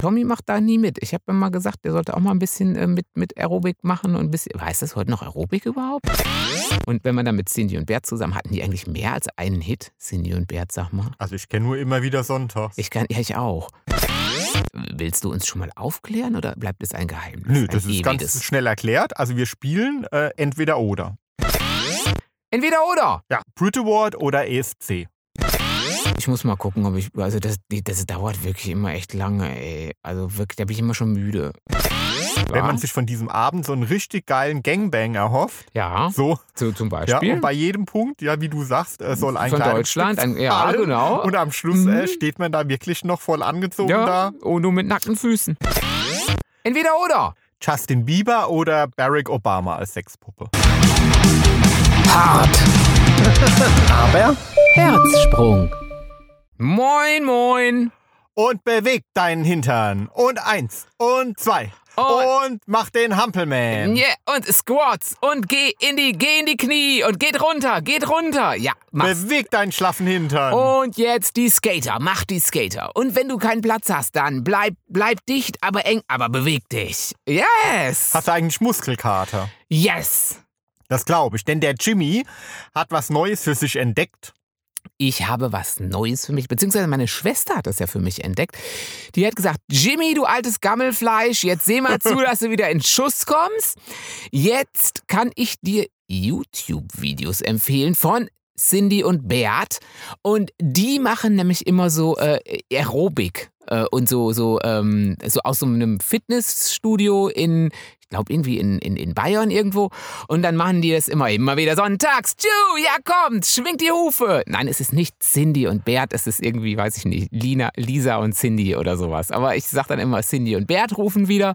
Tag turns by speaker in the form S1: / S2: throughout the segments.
S1: Tommy macht da nie mit. Ich habe immer gesagt, der sollte auch mal ein bisschen äh, mit, mit Aerobic machen und ein bisschen. Heißt das heute noch Aerobic überhaupt? Und wenn man dann mit Cindy und Bert zusammen, hatten die eigentlich mehr als einen Hit, Cindy und Bert, sag mal.
S2: Also ich kenne nur immer wieder Sonntags.
S1: Ich kann, ja, ich auch. Willst du uns schon mal aufklären oder bleibt es ein Geheimnis?
S2: Nö,
S1: ein
S2: das ist ganz
S1: ewiges?
S2: schnell erklärt. Also wir spielen äh, entweder oder.
S1: Entweder oder!
S2: Ja, Brit Award oder ESC.
S1: Ich muss mal gucken, ob ich. Also, das, die- das dauert wirklich immer echt lange, ey. Also, wirklich, da bin ich immer schon müde.
S2: Wenn man
S1: Ja?
S2: sich von diesem Abend so einen richtig geilen Gangbang erhofft,
S1: Ja,
S2: so,
S1: so, zum
S2: ja,
S1: Beispiel.
S2: und bei jedem Punkt, ja, wie du sagst, äh, soll ein
S1: von
S2: kleines
S1: Deutschland,
S2: Stück
S1: ein, ja,
S2: fallen.
S1: genau.
S2: Und am Schluss
S1: Mhm.
S2: äh, steht man da wirklich noch voll angezogen da.
S1: ja, und nur mit nackten Füßen. Entweder oder!
S2: Justin Bieber oder Barack Obama als Sexpuppe.
S3: Hart. Aber
S1: Herzsprung. Moin, moin.
S2: Und beweg deinen Hintern. Und eins. Und zwei.
S1: Und-
S2: und mach den Hampelman.
S1: Yeah, und Squats und geh in die, geh in die Knie und geht runter, geht runter. Ja, mach's. Oh.
S2: Beweg deinen schlaffen Hintern.
S1: Und jetzt die Skater, mach die Skater. Und wenn du keinen Platz hast, dann bleib, bleib dicht, aber eng, aber beweg dich. Yes!
S2: Hast du eigentlich Muskelkater?
S1: Yes!
S2: Das glaube ich, denn der Jimmy hat was Neues für sich entdeckt.
S1: Ich habe was Neues für mich, beziehungsweise meine Schwester hat das ja für mich entdeckt. Die hat gesagt, Jimmy, du altes Gammelfleisch, jetzt seh mal zu, dass du wieder in Schuss kommst. Jetzt kann ich dir YouTube-Videos empfehlen von Cindy und Beat. Und die machen nämlich immer so äh, Aerobic äh, und so, so, ähm, so aus so einem Fitnessstudio in, ich glaube, irgendwie in, in, in Bayern irgendwo. Und dann machen die das immer, immer wieder sonntags. Tschu, ja kommt, schwingt die Hufe. Nein, es ist nicht Cindy und Bert, es ist irgendwie, weiß ich nicht, Lina, Lisa und Cindy oder sowas. Aber ich sage dann immer, Cindy und Bert rufen wieder.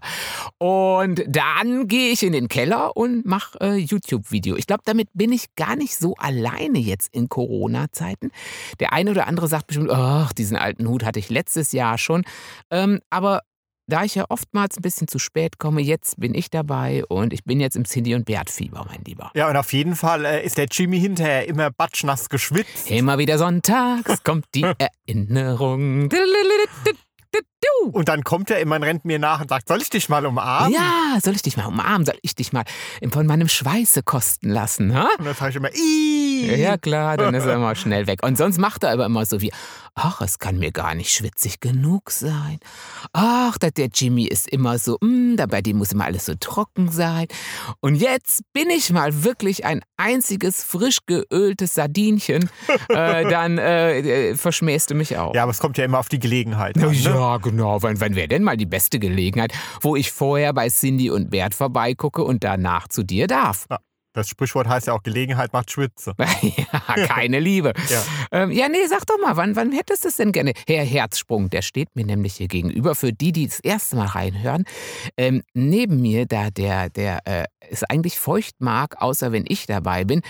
S1: Und dann gehe ich in den Keller und mache äh, YouTube-Video. Ich glaube, damit bin ich gar nicht so alleine jetzt in Corona-Zeiten. Der eine oder andere sagt bestimmt, ach, diesen alten Hut hatte ich letztes Jahr schon. Ähm, aber da ich ja oftmals ein bisschen zu spät komme, jetzt bin ich dabei und ich bin jetzt im Cindy und Bert Fieber, mein Lieber.
S2: Ja, und auf jeden Fall äh, ist der Jimmy hinterher immer batschnass geschwitzt.
S1: Immer wieder sonntags kommt die Erinnerung.
S2: Und dann kommt er immer und rennt mir nach und sagt, soll ich dich mal umarmen?
S1: Ja, soll ich dich mal umarmen? Soll ich dich mal von meinem Schweiße kosten lassen, ha?
S2: Und dann sage ich immer, Ii.
S1: Ja klar, dann ist er immer schnell weg. Und sonst macht er aber immer so wie, ach, es kann mir gar nicht schwitzig genug sein. Ach, da- der Jimmy ist immer so, mm, da bei dem muss immer alles so trocken sein. Und jetzt bin ich mal wirklich ein einziges frisch geöltes Sardinchen. Äh, dann äh, äh, verschmähst du mich auch.
S2: Ja, aber es kommt ja immer auf die Gelegenheit.
S1: Na
S2: an, ne?
S1: Ja, genau. Wann, wann wäre denn mal die beste Gelegenheit, wo ich vorher bei Cindy und Bert vorbeigucke und danach zu dir darf?
S2: Das Sprichwort heißt ja auch, Gelegenheit macht Schwitze.
S1: ja, keine Liebe.
S2: Ja.
S1: Ähm, ja, nee, sag doch mal, wann, wann hättest du es denn gerne? Herr Herzsprung, der steht mir nämlich hier gegenüber. Für die, die das erste Mal reinhören, ähm, neben mir, da der, der äh, es eigentlich feucht mag, außer wenn ich dabei bin,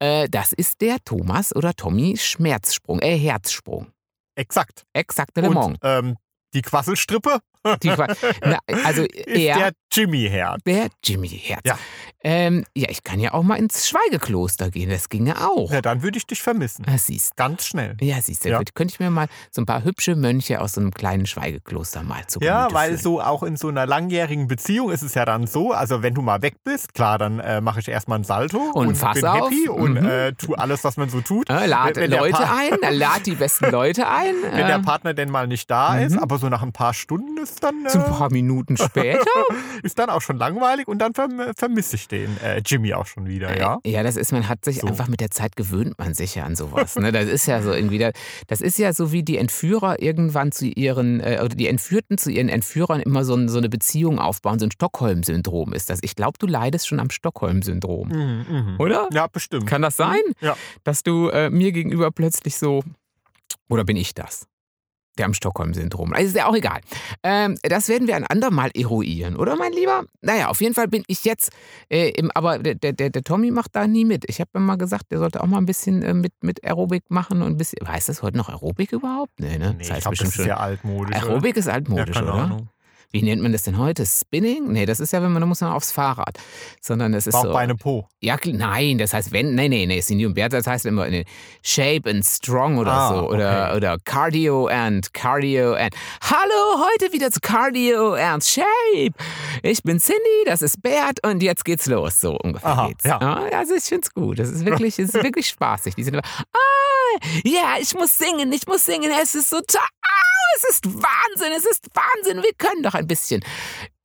S1: äh, das ist der Thomas oder Tommy Schmerzsprung, äh, Herzsprung.
S2: Exakt.
S1: Exakt Le
S2: Und
S1: Mans.
S2: ähm, die Quasselstrippe
S1: Die war- Na, also
S2: ist
S1: er,
S2: der Jimmy her.
S1: der Jimmy Herz.
S2: Ja.
S1: Ähm, ja, ich kann ja auch mal ins Schweigekloster gehen, das ginge auch.
S2: Ja, dann würde ich dich vermissen.
S1: Ah, siehst
S2: Ganz schnell.
S1: Ja, siehst du,
S2: Ja.
S1: gut, könnte ich mir mal so ein paar hübsche Mönche aus so einem kleinen Schweigekloster mal zu
S2: Ja,
S1: Gemüte
S2: weil
S1: führen.
S2: so auch in so einer langjährigen Beziehung ist es ja dann so, also wenn du mal weg bist, klar, dann äh, mache ich erstmal ein Salto
S1: Und
S2: und,
S1: Fass
S2: bin
S1: auf.
S2: happy und
S1: Mhm.
S2: äh, tu alles, was man so tut.
S1: Äh, lad
S2: wenn der
S1: Leute
S2: Pa-
S1: ein, äh, lad die besten Leute ein.
S2: Wenn der
S1: äh,
S2: Partner denn mal nicht da ist,
S1: Mhm.
S2: aber so nach ein paar Stunden ist dann,
S1: so ein
S2: äh,
S1: paar Minuten später.
S2: ist dann auch schon langweilig und dann verm vermisse ich den äh, Jimmy auch schon wieder, ja.
S1: ja, das ist, man hat sich
S2: So.
S1: einfach mit der Zeit gewöhnt man sich ja an sowas. Ne? Das ist ja so irgendwie, da- das ist ja so wie die Entführer irgendwann zu ihren, äh, oder die Entführten zu ihren Entführern immer so, ein, so eine Beziehung aufbauen. So ein Stockholm-Syndrom ist das. Ich glaube, du leidest schon am Stockholm-Syndrom,
S2: Mhm, mhm.
S1: oder?
S2: Ja, bestimmt.
S1: Kann das sein?
S2: Mhm. Ja.
S1: Dass du äh, mir gegenüber plötzlich so. Oder bin ich das? Der am Stockholm-Syndrom. Also ist ja auch egal. Ähm, das werden wir ein andermal eruieren, oder mein Lieber? Naja, auf jeden Fall bin ich jetzt. Äh, im, aber der, der, der der Tommy macht da nie mit. Ich habe immer gesagt, der sollte auch mal ein bisschen äh, mit, mit Aerobic machen und ein bisschen. Heißt das heute noch Aerobic überhaupt? Nee, ne? heißt
S2: Nee, ich glaube, das
S1: bestimmt
S2: ist
S1: schon.
S2: ja altmodisch. oder?
S1: Aerobic ist altmodisch,
S2: ja, keine
S1: oder?
S2: Ahnung.
S1: wie nennt man das denn heute? Spinning? Nee, das ist ja, wenn man, da muss man aufs Fahrrad. Sondern das ist so.
S2: Bauchbeine Po.
S1: Ja, kl- nein, das heißt, wenn, nee, nee, nee, Senior Bertha, das heißt immer nee, Shape and Strong oder
S2: Ah,
S1: so. Oder, oder Cardio and Cardio and. Hallo, heute wieder zu Cardio and Shape. Ich bin Cindy, das ist Bert und jetzt geht's los. So ungefähr
S2: Aha,
S1: geht's.
S2: ja.
S1: also ich find's gut. Das ist wirklich, das ist wirklich spaßig. Die sind immer, ah, ja, ich muss singen, ich muss singen, es ist so toll. Ah, es ist Wahnsinn, es ist Wahnsinn, wir können doch ein bisschen.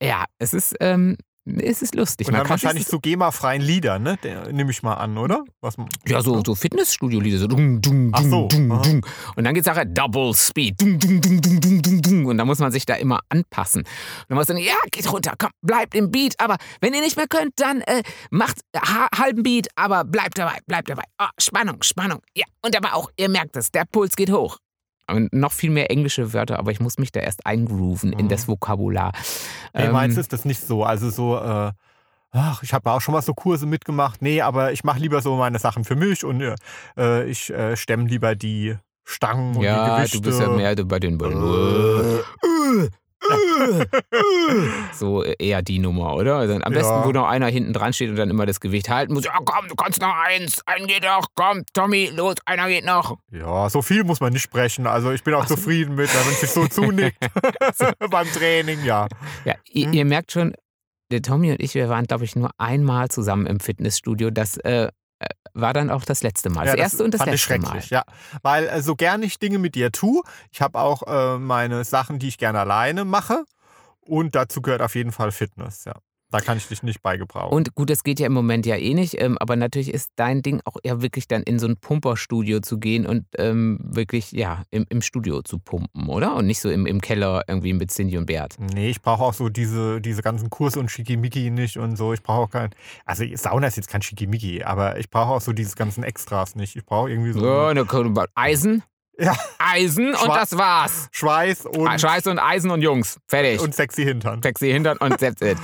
S1: Ja, es ist, ähm, es ist lustig.
S2: Und dann
S1: kann sich-
S2: wahrscheinlich zu GEMA-freien Liedern, ne? Der- Nehme ich mal an, oder? Was,
S1: Ja, so, so Fitnessstudio-Lieder. So dung, dung,
S2: Ach
S1: dung,
S2: so,
S1: dung,
S2: aha.
S1: dung. Und dann geht's nachher Double Speed. Dung, dung, dung, dung, dung, dung, dung. Und da muss man sich da immer anpassen. Und dann muss man sagen, ja, geht runter, komm, bleibt im Beat. Aber wenn ihr nicht mehr könnt, dann äh, macht ha halben Beat, aber bleibt dabei, bleibt dabei. Ah, Spannung, Spannung. Ja, und aber auch, ihr merkt es, der Puls geht hoch. Und noch viel mehr englische Wörter, aber ich muss mich da erst eingrooven in
S2: Mhm.
S1: das Vokabular.
S2: Nee, meins
S1: Ähm,
S2: ist das nicht so. Also so, äh, ach, ich habe auch schon mal so Kurse mitgemacht. Nee, aber ich mache lieber so meine Sachen für mich und äh, ich äh, stemme lieber die Stangen und
S1: ja,
S2: die Gewichte. Äh.
S1: du bist ja mehr bei den So äh, eher die Nummer, oder? Also am
S2: Ja.
S1: besten, wo noch einer hinten dran steht und dann immer das Gewicht halten muss. Ja, komm, du kannst noch eins. Ein geht noch. Komm, Tommy, los, einer geht noch.
S2: Ja, so viel muss man nicht sprechen. Also ich bin auch zufrieden mit, wenn man sich so zunickt beim Training, ja.
S1: Ja, ihr,
S2: Hm.
S1: ihr merkt schon, der Tommy und ich, wir waren, glaube ich, nur einmal zusammen im Fitnessstudio. Das äh, äh, war dann auch das letzte Mal. Das,
S2: ja,
S1: erste und das
S2: fand ich
S1: letzte Mal.
S2: schrecklich, ja. Weil äh, so gerne ich Dinge mit dir tue, ich habe auch äh, meine Sachen, die ich gerne alleine mache. Und dazu gehört auf jeden Fall Fitness, ja. Da kann ich dich nicht beigebrauchen.
S1: Und gut, das geht ja im Moment ja eh nicht, ähm, aber natürlich ist dein Ding auch eher wirklich dann in so ein Pumperstudio zu gehen und ähm, wirklich, ja, im, im Studio zu pumpen, oder? Und nicht so im, im Keller irgendwie mit Cindy und Bert.
S2: Nee, ich brauche auch so diese, diese ganzen Kurse und Schickimicki nicht und so. Ich brauche auch kein. Also Sauna ist jetzt kein Schickimicki, aber ich brauche auch so diese ganzen Extras nicht. Ich brauche irgendwie so
S1: So, eine Kunde- ne, Eisen.
S2: Ja.
S1: Eisen und
S2: Schwa-
S1: das war's.
S2: Schweiß und,
S1: Scheiße und Eisen und Jungs. Fertig.
S2: und sexy Hintern.
S1: Sexy Hintern und that's it.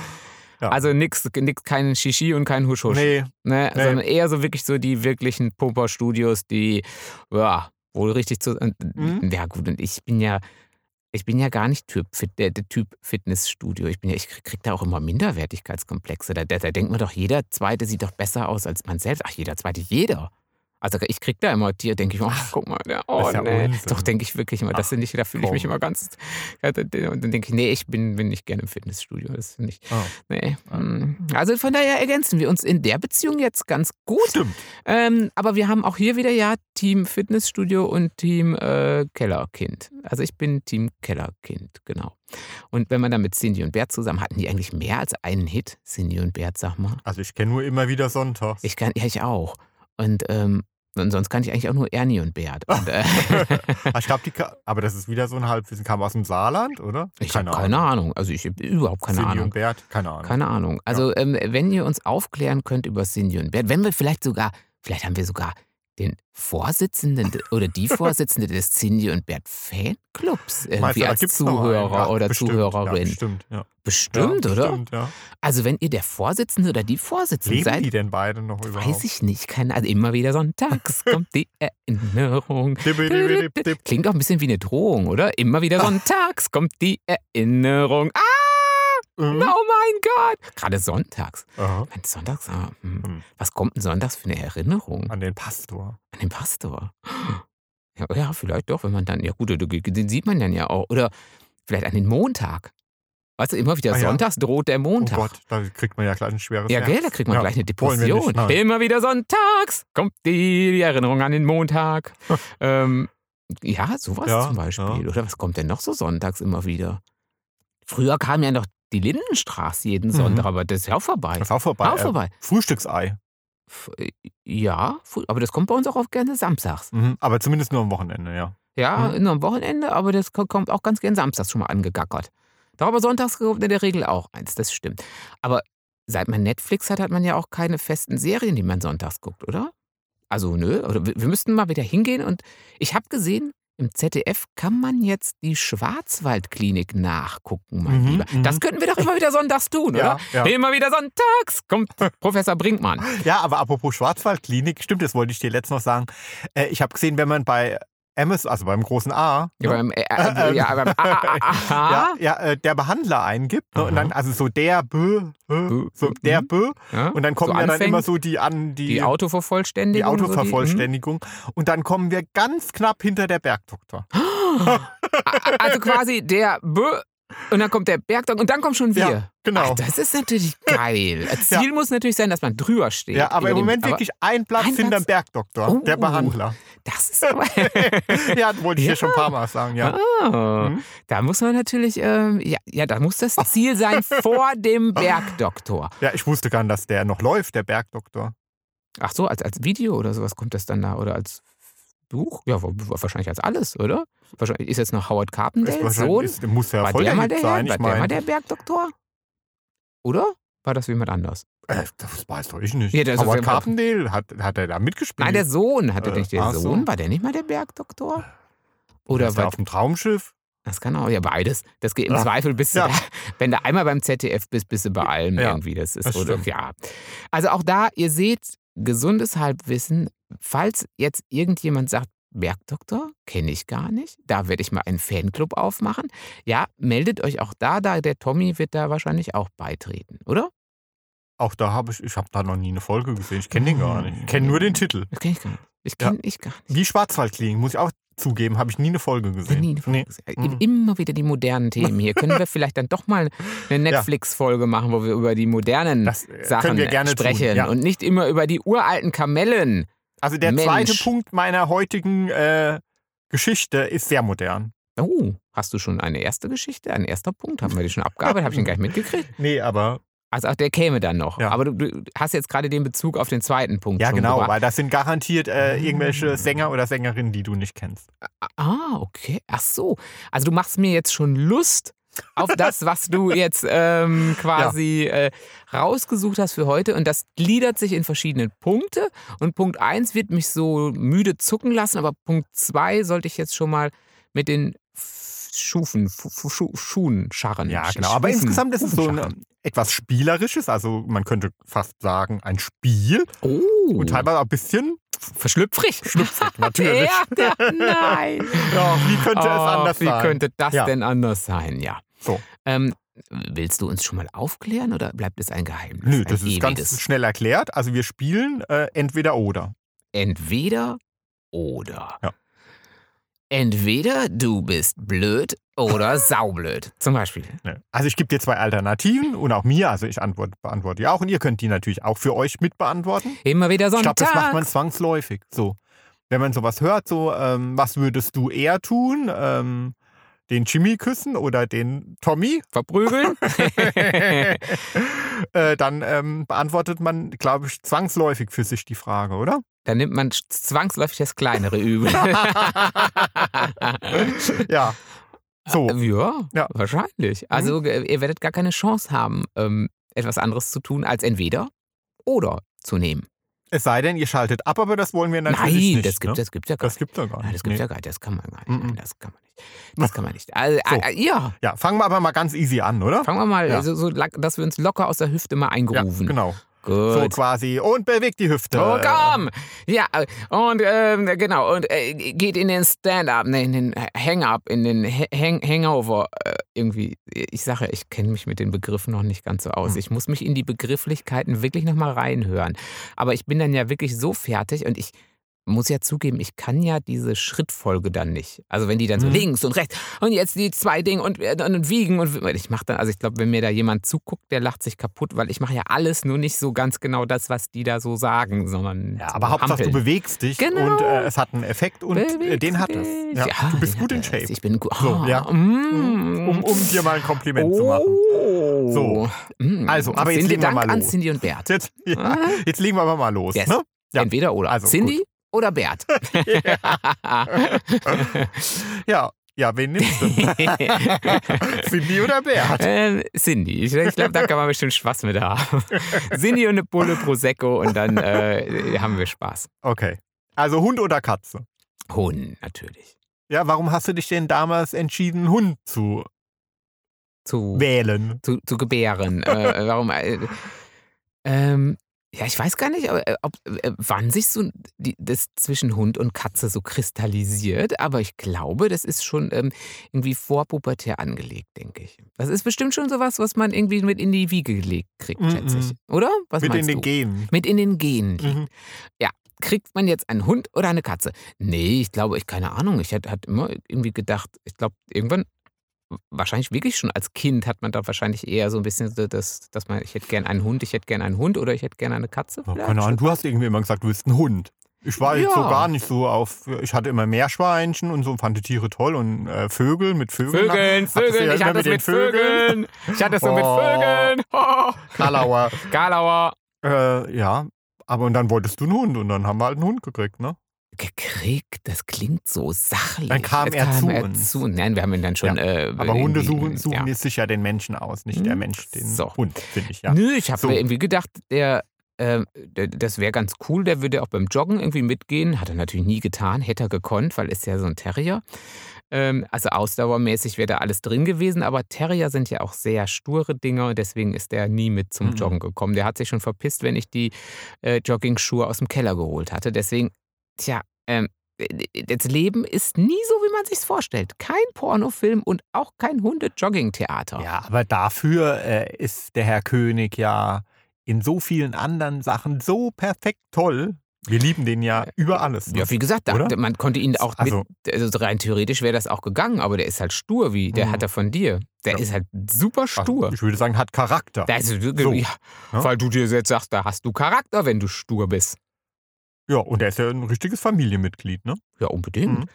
S2: Ja.
S1: Also nix, nix, kein Shishi und kein Husch-Husch.
S2: Nee,
S1: Ne?
S2: nee.
S1: Sondern eher so wirklich so die wirklichen Pumper-Studios, die, ja, wohl richtig zu. und-
S2: Mhm.
S1: Ja, gut, und ich bin ja. Ich bin ja gar nicht typ, Fit- der, der Typ Fitnessstudio. Ich, bin ja, ich krieg krieg da auch immer Minderwertigkeitskomplexe. Da, da, da denkt man doch, jeder Zweite sieht doch besser aus als man selbst. Ach, jeder Zweite, jeder. Also ich krieg da immer Tier, denke ich, oh, guck mal, der, oh
S2: ist ja
S1: nee.
S2: Unsinn.
S1: Doch, denke ich wirklich immer. Das
S2: Ach,
S1: sind nicht, da fühle ich mich
S2: komm.
S1: immer ganz. Und dann denke ich, nee, ich bin, bin nicht gerne im Fitnessstudio. Das finde ich.
S2: Ah.
S1: Nee.
S2: Ah.
S1: mm. Also von daher ergänzen wir uns in der Beziehung jetzt ganz gut.
S2: stimmt.
S1: Ähm, aber wir haben auch hier wieder ja Team Fitnessstudio und Team äh, Kellerkind. Also ich bin Team Kellerkind, genau. Und wenn man dann mit Cindy und Bert zusammen, hatten die eigentlich mehr als einen Hit, Cindy und Bert, sag mal.
S2: Also ich kenne nur immer wieder Sonntags.
S1: Ich kann, ja, ich auch. Und, ähm, und sonst kann ich eigentlich auch nur Ernie und Bert. Und, äh,
S2: Ah, ich glaube, die ka- aber das ist wieder so ein Halbwissen. Kam aus dem Saarland, oder?
S1: ich habe keine Ahnung. Also ich habe überhaupt keine
S2: Cindy
S1: Ahnung.
S2: und Bert, keine Ahnung.
S1: Keine Ahnung. Also, ähm, wenn ihr uns aufklären könnt über Cindy und Bert, wenn wir vielleicht sogar, vielleicht haben wir sogar den Vorsitzenden de- oder die Vorsitzende des Cindy und Bert Fanclubs
S2: Meinst du,
S1: irgendwie
S2: da
S1: als
S2: gibt's noch einen?
S1: Zuhörer
S2: Ja,
S1: oder
S2: bestimmt, Ja,
S1: Zuhörerin.
S2: bestimmt, ja.
S1: bestimmt,
S2: ja,
S1: oder?
S2: Bestimmt, ja.
S1: Also, wenn ihr der Vorsitzende oder die Vorsitzende
S2: Leben
S1: seid,
S2: die denn beide noch überhaupt?
S1: weiß ich nicht. Keine, also, immer wieder sonntags kommt die Erinnerung.
S2: Dibbidi-bidi-bidi.
S1: Klingt auch ein bisschen wie eine Drohung, oder? Immer wieder
S2: Ah.
S1: sonntags kommt die Erinnerung. Ah, oh
S2: Mhm.
S1: mein Gott! Gerade sonntags.
S2: Aha.
S1: Ein Sonntags? ah, hm.
S2: Hm.
S1: Was kommt denn sonntags für eine Erinnerung
S2: An den Pastor.
S1: an den Pastor? Ja, ja, vielleicht doch, wenn man dann, ja gut, den sieht man dann ja auch. Oder vielleicht an den Montag. Weißt du, immer wieder
S2: Ah, ja.
S1: sonntags droht der Montag.
S2: Oh Gott, da kriegt man ja gleich ein schweres
S1: ja,
S2: Herz.
S1: gell, da kriegt man
S2: Ja,
S1: gleich eine
S2: wollen wir
S1: Depression.
S2: nicht, nein.
S1: immer wieder sonntags kommt die, die Erinnerung an den Montag. ähm, ja, sowas
S2: Ja,
S1: zum Beispiel.
S2: ja.
S1: Oder was kommt denn noch so sonntags immer wieder? Früher kam ja noch die Lindenstraße jeden
S2: Mhm.
S1: Sonntag, aber das ist ja auch vorbei.
S2: Das ist auch vorbei.
S1: Auch vorbei.
S2: Äh, Frühstücksei.
S1: F- äh, Ja, fu- aber das kommt bei uns auch oft gerne samstags.
S2: Mhm. Aber zumindest nur am Wochenende, ja.
S1: Ja,
S2: Mhm.
S1: nur am Wochenende, aber das ko- kommt auch ganz gerne samstags schon mal angegackert. Doch, aber sonntags kommt in der Regel auch eins, das stimmt. Aber seit man Netflix hat, hat man ja auch keine festen Serien, die man sonntags guckt, oder? Also nö, oder wir wir müssten mal wieder hingehen und ich habe gesehen, im ZDF kann man jetzt die Schwarzwaldklinik nachgucken, mein
S2: Mhm,
S1: Lieber. Das
S2: mhm.
S1: könnten wir doch immer wieder sonntags tun,
S2: Ja,
S1: oder?
S2: ja.
S1: Immer wieder sonntags kommt Professor Brinkmann.
S2: ja, aber apropos Schwarzwaldklinik, stimmt, das wollte ich dir letztens noch sagen. Äh, ich habe gesehen, wenn man bei Amazon, also beim großen A, ne,
S1: Ja, beim, äh, äh, ja, beim A, A, A, A,
S2: ja,
S1: A.
S2: ja, äh, der Behandler eingibt, ne? und
S1: Aha.
S2: dann, also so der Bö, Bö,
S1: Bö,
S2: so
S1: mhm.
S2: der Bö,
S1: Ja,
S2: und dann
S1: so
S2: kommen ja dann
S1: anfängt,
S2: immer so die an, die,
S1: die
S2: die
S1: Autovervollständigung. hm?
S2: Autovervollständigung. und dann kommen wir ganz knapp hinter der Bergdoktor.
S1: So die, hm. A- also quasi der B und dann kommt der Bergdog und dann kommen schon wir.
S2: Ja, genau.
S1: Ach, das ist natürlich geil. Das Ziel muss natürlich sein, dass man drüber steht.
S2: ja,
S1: über
S2: aber im
S1: dem-
S2: Moment
S1: aber
S2: wirklich ein Platz
S1: ein
S2: hinter dem
S1: Platz?
S2: Bergdoktor,
S1: Oh,
S2: der
S1: oh.
S2: Behandler.
S1: Das ist aber.
S2: ja, das wollte ich ja.
S1: Ja.
S2: schon ein paar Mal sagen, ja.
S1: Ah,
S2: Mhm.
S1: Da muss man natürlich, ähm, ja, ja, da muss das Ziel sein vor dem Bergdoktor.
S2: Ja, ich wusste gar nicht, dass der noch läuft, der Bergdoktor.
S1: Ach so, als, als Video oder sowas kommt das dann da oder als Buch? Ja, wa- wa- wahrscheinlich als alles, oder? Wahrscheinlich ist jetzt noch Howard
S2: Ist
S1: Carpendales Sohn.
S2: wahrscheinlich, ist, muss ja
S1: war
S2: voll
S1: der
S2: der
S1: mal
S2: Hit
S1: der Herr?
S2: sein,
S1: War
S2: ich
S1: der mal
S2: meine.
S1: der Bergdoktor? Oder? War das jemand anders?
S2: Äh, das weiß doch ich nicht.
S1: Ja, das ist auf
S2: Howard
S1: jeden Fall-
S2: Carpendale, hat, hat er da mitgespielt?
S1: Nein, der Sohn. Hatte
S2: Äh,
S1: nicht der
S2: ach so.
S1: Sohn? War der nicht mal der Bergdoktor?
S2: ist
S1: Oder
S2: der
S1: war,
S2: auf dem Traumschiff?
S1: das kann auch, ja, beides. Das geht im
S2: Ja.
S1: Zweifel bis,
S2: Ja.
S1: da, wenn du einmal beim ZDF bist, bist du bei allem
S2: Ja,
S1: irgendwie. Das ist
S2: das
S1: oder,
S2: stimmt.
S1: ja. Also auch da, ihr seht, gesundes Halbwissen. Falls jetzt irgendjemand sagt, Bergdoktor kenne ich gar nicht, da werde ich mal einen Fanclub aufmachen. Ja, meldet euch auch da, da der Tommy wird da wahrscheinlich auch beitreten, oder?
S2: Auch da habe ich, ich habe da noch nie eine Folge gesehen. Ich kenne den gar nicht. Ich
S1: Hm.
S2: kenne nur den Titel.
S1: Das kenne ich gar nicht. Ich
S2: Ja.
S1: kenne ich gar nicht.
S2: Die Schwarzwaldklinik, muss ich auch zugeben, habe ich nie eine Folge gesehen.
S1: Nie eine Folge Hm.
S2: Nee.
S1: gesehen.
S2: Mhm.
S1: Immer wieder die modernen Themen hier. Können wir vielleicht dann doch mal eine Netflix-Folge machen, wo wir über die modernen
S2: Das äh,
S1: Sachen
S2: können wir gerne
S1: sprechen
S2: tun. Ja.
S1: und nicht immer über die uralten Kamellen.
S2: Also der
S1: Mensch.
S2: zweite Punkt meiner heutigen äh, Geschichte ist sehr modern.
S1: Oh, hast du schon eine erste Geschichte? Ein erster Punkt? Haben wir die schon abgearbeitet? Habe ich ihn gar nicht mitgekriegt?
S2: Nee, aber
S1: Also auch der käme dann noch.
S2: Ja.
S1: Aber du, du hast jetzt gerade den Bezug auf den zweiten Punkt.
S2: ja
S1: schon
S2: genau,
S1: gebracht.
S2: weil das sind garantiert äh, irgendwelche Sänger oder Sängerinnen, die du nicht kennst.
S1: Ah, okay. Ach so. Also du machst mir jetzt schon Lust auf das, was du jetzt ähm, quasi äh, rausgesucht hast für heute. Und das gliedert sich in verschiedene Punkte. Und Punkt 1 wird mich so müde zucken lassen, aber Punkt 2 sollte ich jetzt schon mal mit den F- Schufen, Fu- Fu- Schu Schuhen scharren.
S2: Ja,
S1: Hm, Sch-
S2: genau. Aber
S1: Schufen-
S2: insgesamt ist es so ein,
S1: Schufenscharren.
S2: ähm, etwas Spielerisches, also man könnte fast sagen, ein Spiel
S1: Oh,
S2: und teilweise auch ein bisschen
S1: verschlüpfrig.
S2: schlüpfrig, natürlich.
S1: Ja, nein.
S2: Ja, wie könnte es
S1: Ach,
S2: anders
S1: Oh, wie
S2: sein?
S1: könnte das
S2: Ja.
S1: denn anders sein, ja.
S2: So.
S1: Ähm, willst du uns schon mal aufklären oder bleibt es ein Geheimnis?
S2: Nö,
S1: ein
S2: das ist ganz
S1: ewiges
S2: schnell erklärt. Also wir spielen äh, entweder oder.
S1: Entweder oder.
S2: Ja.
S1: Entweder du bist blöd oder saublöd. Zum Beispiel.
S2: Ne. Also ich gebe dir zwei Alternativen und auch mir, also ich antworte, beantworte ja auch und ihr könnt die natürlich auch für euch mitbeantworten.
S1: Immer wieder
S2: Ich glaube,
S1: Sonntag.
S2: das macht man zwangsläufig. So, wenn man sowas hört, so ähm, was würdest du eher tun? Ähm, den Jimmy küssen oder den Tommy?
S1: Verprügeln.
S2: äh, dann ähm, beantwortet man, glaube ich, zwangsläufig für sich die Frage, oder?
S1: Dann nimmt man zwangsläufig das kleinere Übel. Äh,
S2: Ja. So.
S1: ähm. Ja,
S2: Ja. Mhm.
S1: wahrscheinlich. Also äh, ihr werdet gar keine Chance haben, ähm, etwas anderes zu tun, als entweder oder zu nehmen.
S2: Es sei denn, ihr schaltet ab, aber das wollen wir natürlich
S1: Nein,
S2: nicht.
S1: das gibt
S2: ne?
S1: das gibt's ja gar
S2: das
S1: nicht.
S2: gibt's ja gar nicht.
S1: Nein, das gibt's
S2: nee.
S1: ja gar nicht. Das kann man gar nicht.
S2: Mhm.
S1: Nein, das kann man nicht. Das kann man nicht. Also,
S2: So.
S1: äh, äh, ja,
S2: Ja, fangen wir aber mal ganz easy an, oder?
S1: fangen wir mal, also,
S2: Ja.
S1: so, so, lack- dass wir uns locker aus der Hüfte mal
S2: ja,
S1: eingerufen.
S2: genau. So äh,
S1: Gut.
S2: quasi. Und bewegt die Hüfte.
S1: Oh, komm! Ja, äh, und ähm, genau, und äh, geht in den Stand-up, ne, in den Hang-up, in den Ha- Hang Hangover. Äh, irgendwie, ich sage, ja, ich kenne mich mit den Begriffen noch nicht ganz so
S2: Hm.
S1: aus. Ich muss mich in die Begrifflichkeiten wirklich nochmal reinhören. Aber ich bin dann ja wirklich so fertig und ich muss ja zugeben, ich kann ja diese Schrittfolge dann nicht. Also wenn die dann so
S2: Mhm.
S1: links und rechts und jetzt die zwei Dinge und, äh, und, und wiegen und ich mache dann, also ich glaube, wenn mir da jemand zuguckt, der lacht sich kaputt, weil ich mache ja alles nur nicht so ganz genau das, was die da so sagen, sondern
S2: Ja, aber Hauptsache, du
S1: hampeln.
S2: bewegst dich
S1: Genau.
S2: und äh, es hat einen Effekt und äh, den hat es.
S1: Bewegst
S2: Ja,
S1: dich.
S2: du bist
S1: den hat
S2: gut in
S1: es.
S2: Shape.
S1: Ich bin gut.
S2: So,
S1: Ah,
S2: ja.
S1: mm.
S2: Um, um dir mal ein Kompliment zu machen.
S1: oh.
S2: So.
S1: Mm.
S2: Also, aber jetzt
S1: Cindy,
S2: legen wir
S1: Dank
S2: mal
S1: an
S2: los.
S1: Cindy und Bert.
S2: Jetzt, ja, jetzt legen wir aber mal los.
S1: Ah. Yes.
S2: Ne? Ja.
S1: Entweder oder.
S2: Also,
S1: Cindy oder Bert.
S2: Ja, ja, wen nimmst du? Cindy oder Bert?
S1: Ähm, Cindy. Ich, ich glaube, da kann man bestimmt Spaß mit haben. Cindy und eine Pulle Prosecco und dann äh, haben wir Spaß.
S2: Okay. Also Hund oder Katze?
S1: Hund, natürlich.
S2: Ja, warum hast du dich denn damals entschieden, Hund zu
S1: Zu,
S2: wählen?
S1: zu, zu gebären. Äh, warum? Äh, ähm, Ja, ich weiß gar nicht, ob, ob, äh, wann sich so die, das zwischen Hund und Katze so kristallisiert, aber ich glaube, das ist schon ähm, irgendwie vorpubertär angelegt, denke ich. Das ist bestimmt schon sowas, was man irgendwie mit in die Wiege gelegt kriegt, schätze ich.
S2: Mhm.
S1: Oder? Was
S2: Mit in
S1: meinst
S2: den
S1: du?
S2: Genen.
S1: Mit in den Genen. liegt.
S2: Mhm.
S1: Kriegt man jetzt einen Hund oder eine Katze? Nee, ich glaube, ich keine Ahnung. Ich hatte hat immer irgendwie gedacht, ich glaube, irgendwann, wahrscheinlich wirklich schon als Kind, hat man da wahrscheinlich eher so ein bisschen so das, dass man, ich hätte gern einen Hund, ich hätte gern einen Hund oder ich hätte gern eine Katze.
S2: Ja,
S1: vielleicht.
S2: keine Ahnung, du hast irgendwie immer gesagt, du willst einen Hund. Ich war jetzt so
S1: Ja.
S2: gar nicht so auf. Ich hatte immer Meerschweinchen und so, fand die Tiere toll und äh, Vögel mit Vögeln.
S1: Vögeln,
S2: Hattest du
S1: Vögeln,
S2: ja
S1: ich
S2: immer
S1: hatte es mit Vögeln. Ich hatte es so mit
S2: Oh.
S1: Vögeln. Oh.
S2: Kalauer.
S1: Galauer.
S2: äh, ja, aber und dann wolltest du einen Hund und dann haben wir halt einen Hund gekriegt, ne?
S1: Gekriegt, das klingt so sachlich.
S2: Dann kam
S1: Es
S2: er zu uns.
S1: zu. Nein, wir haben ihn dann schon. Äh,
S2: Aber Hunde
S1: irgendwie-
S2: suchen, suchen
S1: ja.
S2: jetzt sicher den Menschen aus, nicht der
S1: Hm,
S2: Mensch den
S1: so. Hm,
S2: Hund, finde ich, ja.
S1: Nö, ich habe
S2: So.
S1: mir irgendwie gedacht, der, äh, der, das wäre ganz cool, der würde auch beim Joggen irgendwie mitgehen. Hat er natürlich nie getan, hätte er gekonnt, weil ist ja so ein Terrier. Ähm, also ausdauermäßig wäre da alles drin gewesen, aber Terrier sind ja auch sehr sture Dinger und deswegen ist der nie mit zum
S2: Mhm.
S1: Joggen gekommen. Der hat sich schon verpisst, wenn ich die äh, Jogging-Schuhe aus dem Keller geholt hatte. Deswegen, tja, ähm, das Leben ist nie so, wie man sich's vorstellt. Kein Pornofilm und auch kein Hunde-Jogging-Theater.
S2: Ja, aber dafür äh, ist der Herr König ja in so vielen anderen Sachen so perfekt toll. Wir lieben den ja über alles. ne?
S1: Ja, wie gesagt, da,
S2: Oder?
S1: man konnte ihn auch
S2: Also-
S1: mit, also rein theoretisch wäre das auch gegangen, aber der ist halt stur, wie der
S2: Mhm.
S1: hat er von dir. Der
S2: Ja.
S1: ist halt super stur.
S2: also, Ich würde sagen, hat Charakter.
S1: das ist halt wirklich,
S2: So,
S1: ja,
S2: ne?
S1: weil du dir jetzt sagst, da hast du Charakter, wenn du stur bist.
S2: Ja, und er ist ja ein richtiges Familienmitglied, ne?
S1: Ja, unbedingt.
S2: Mhm.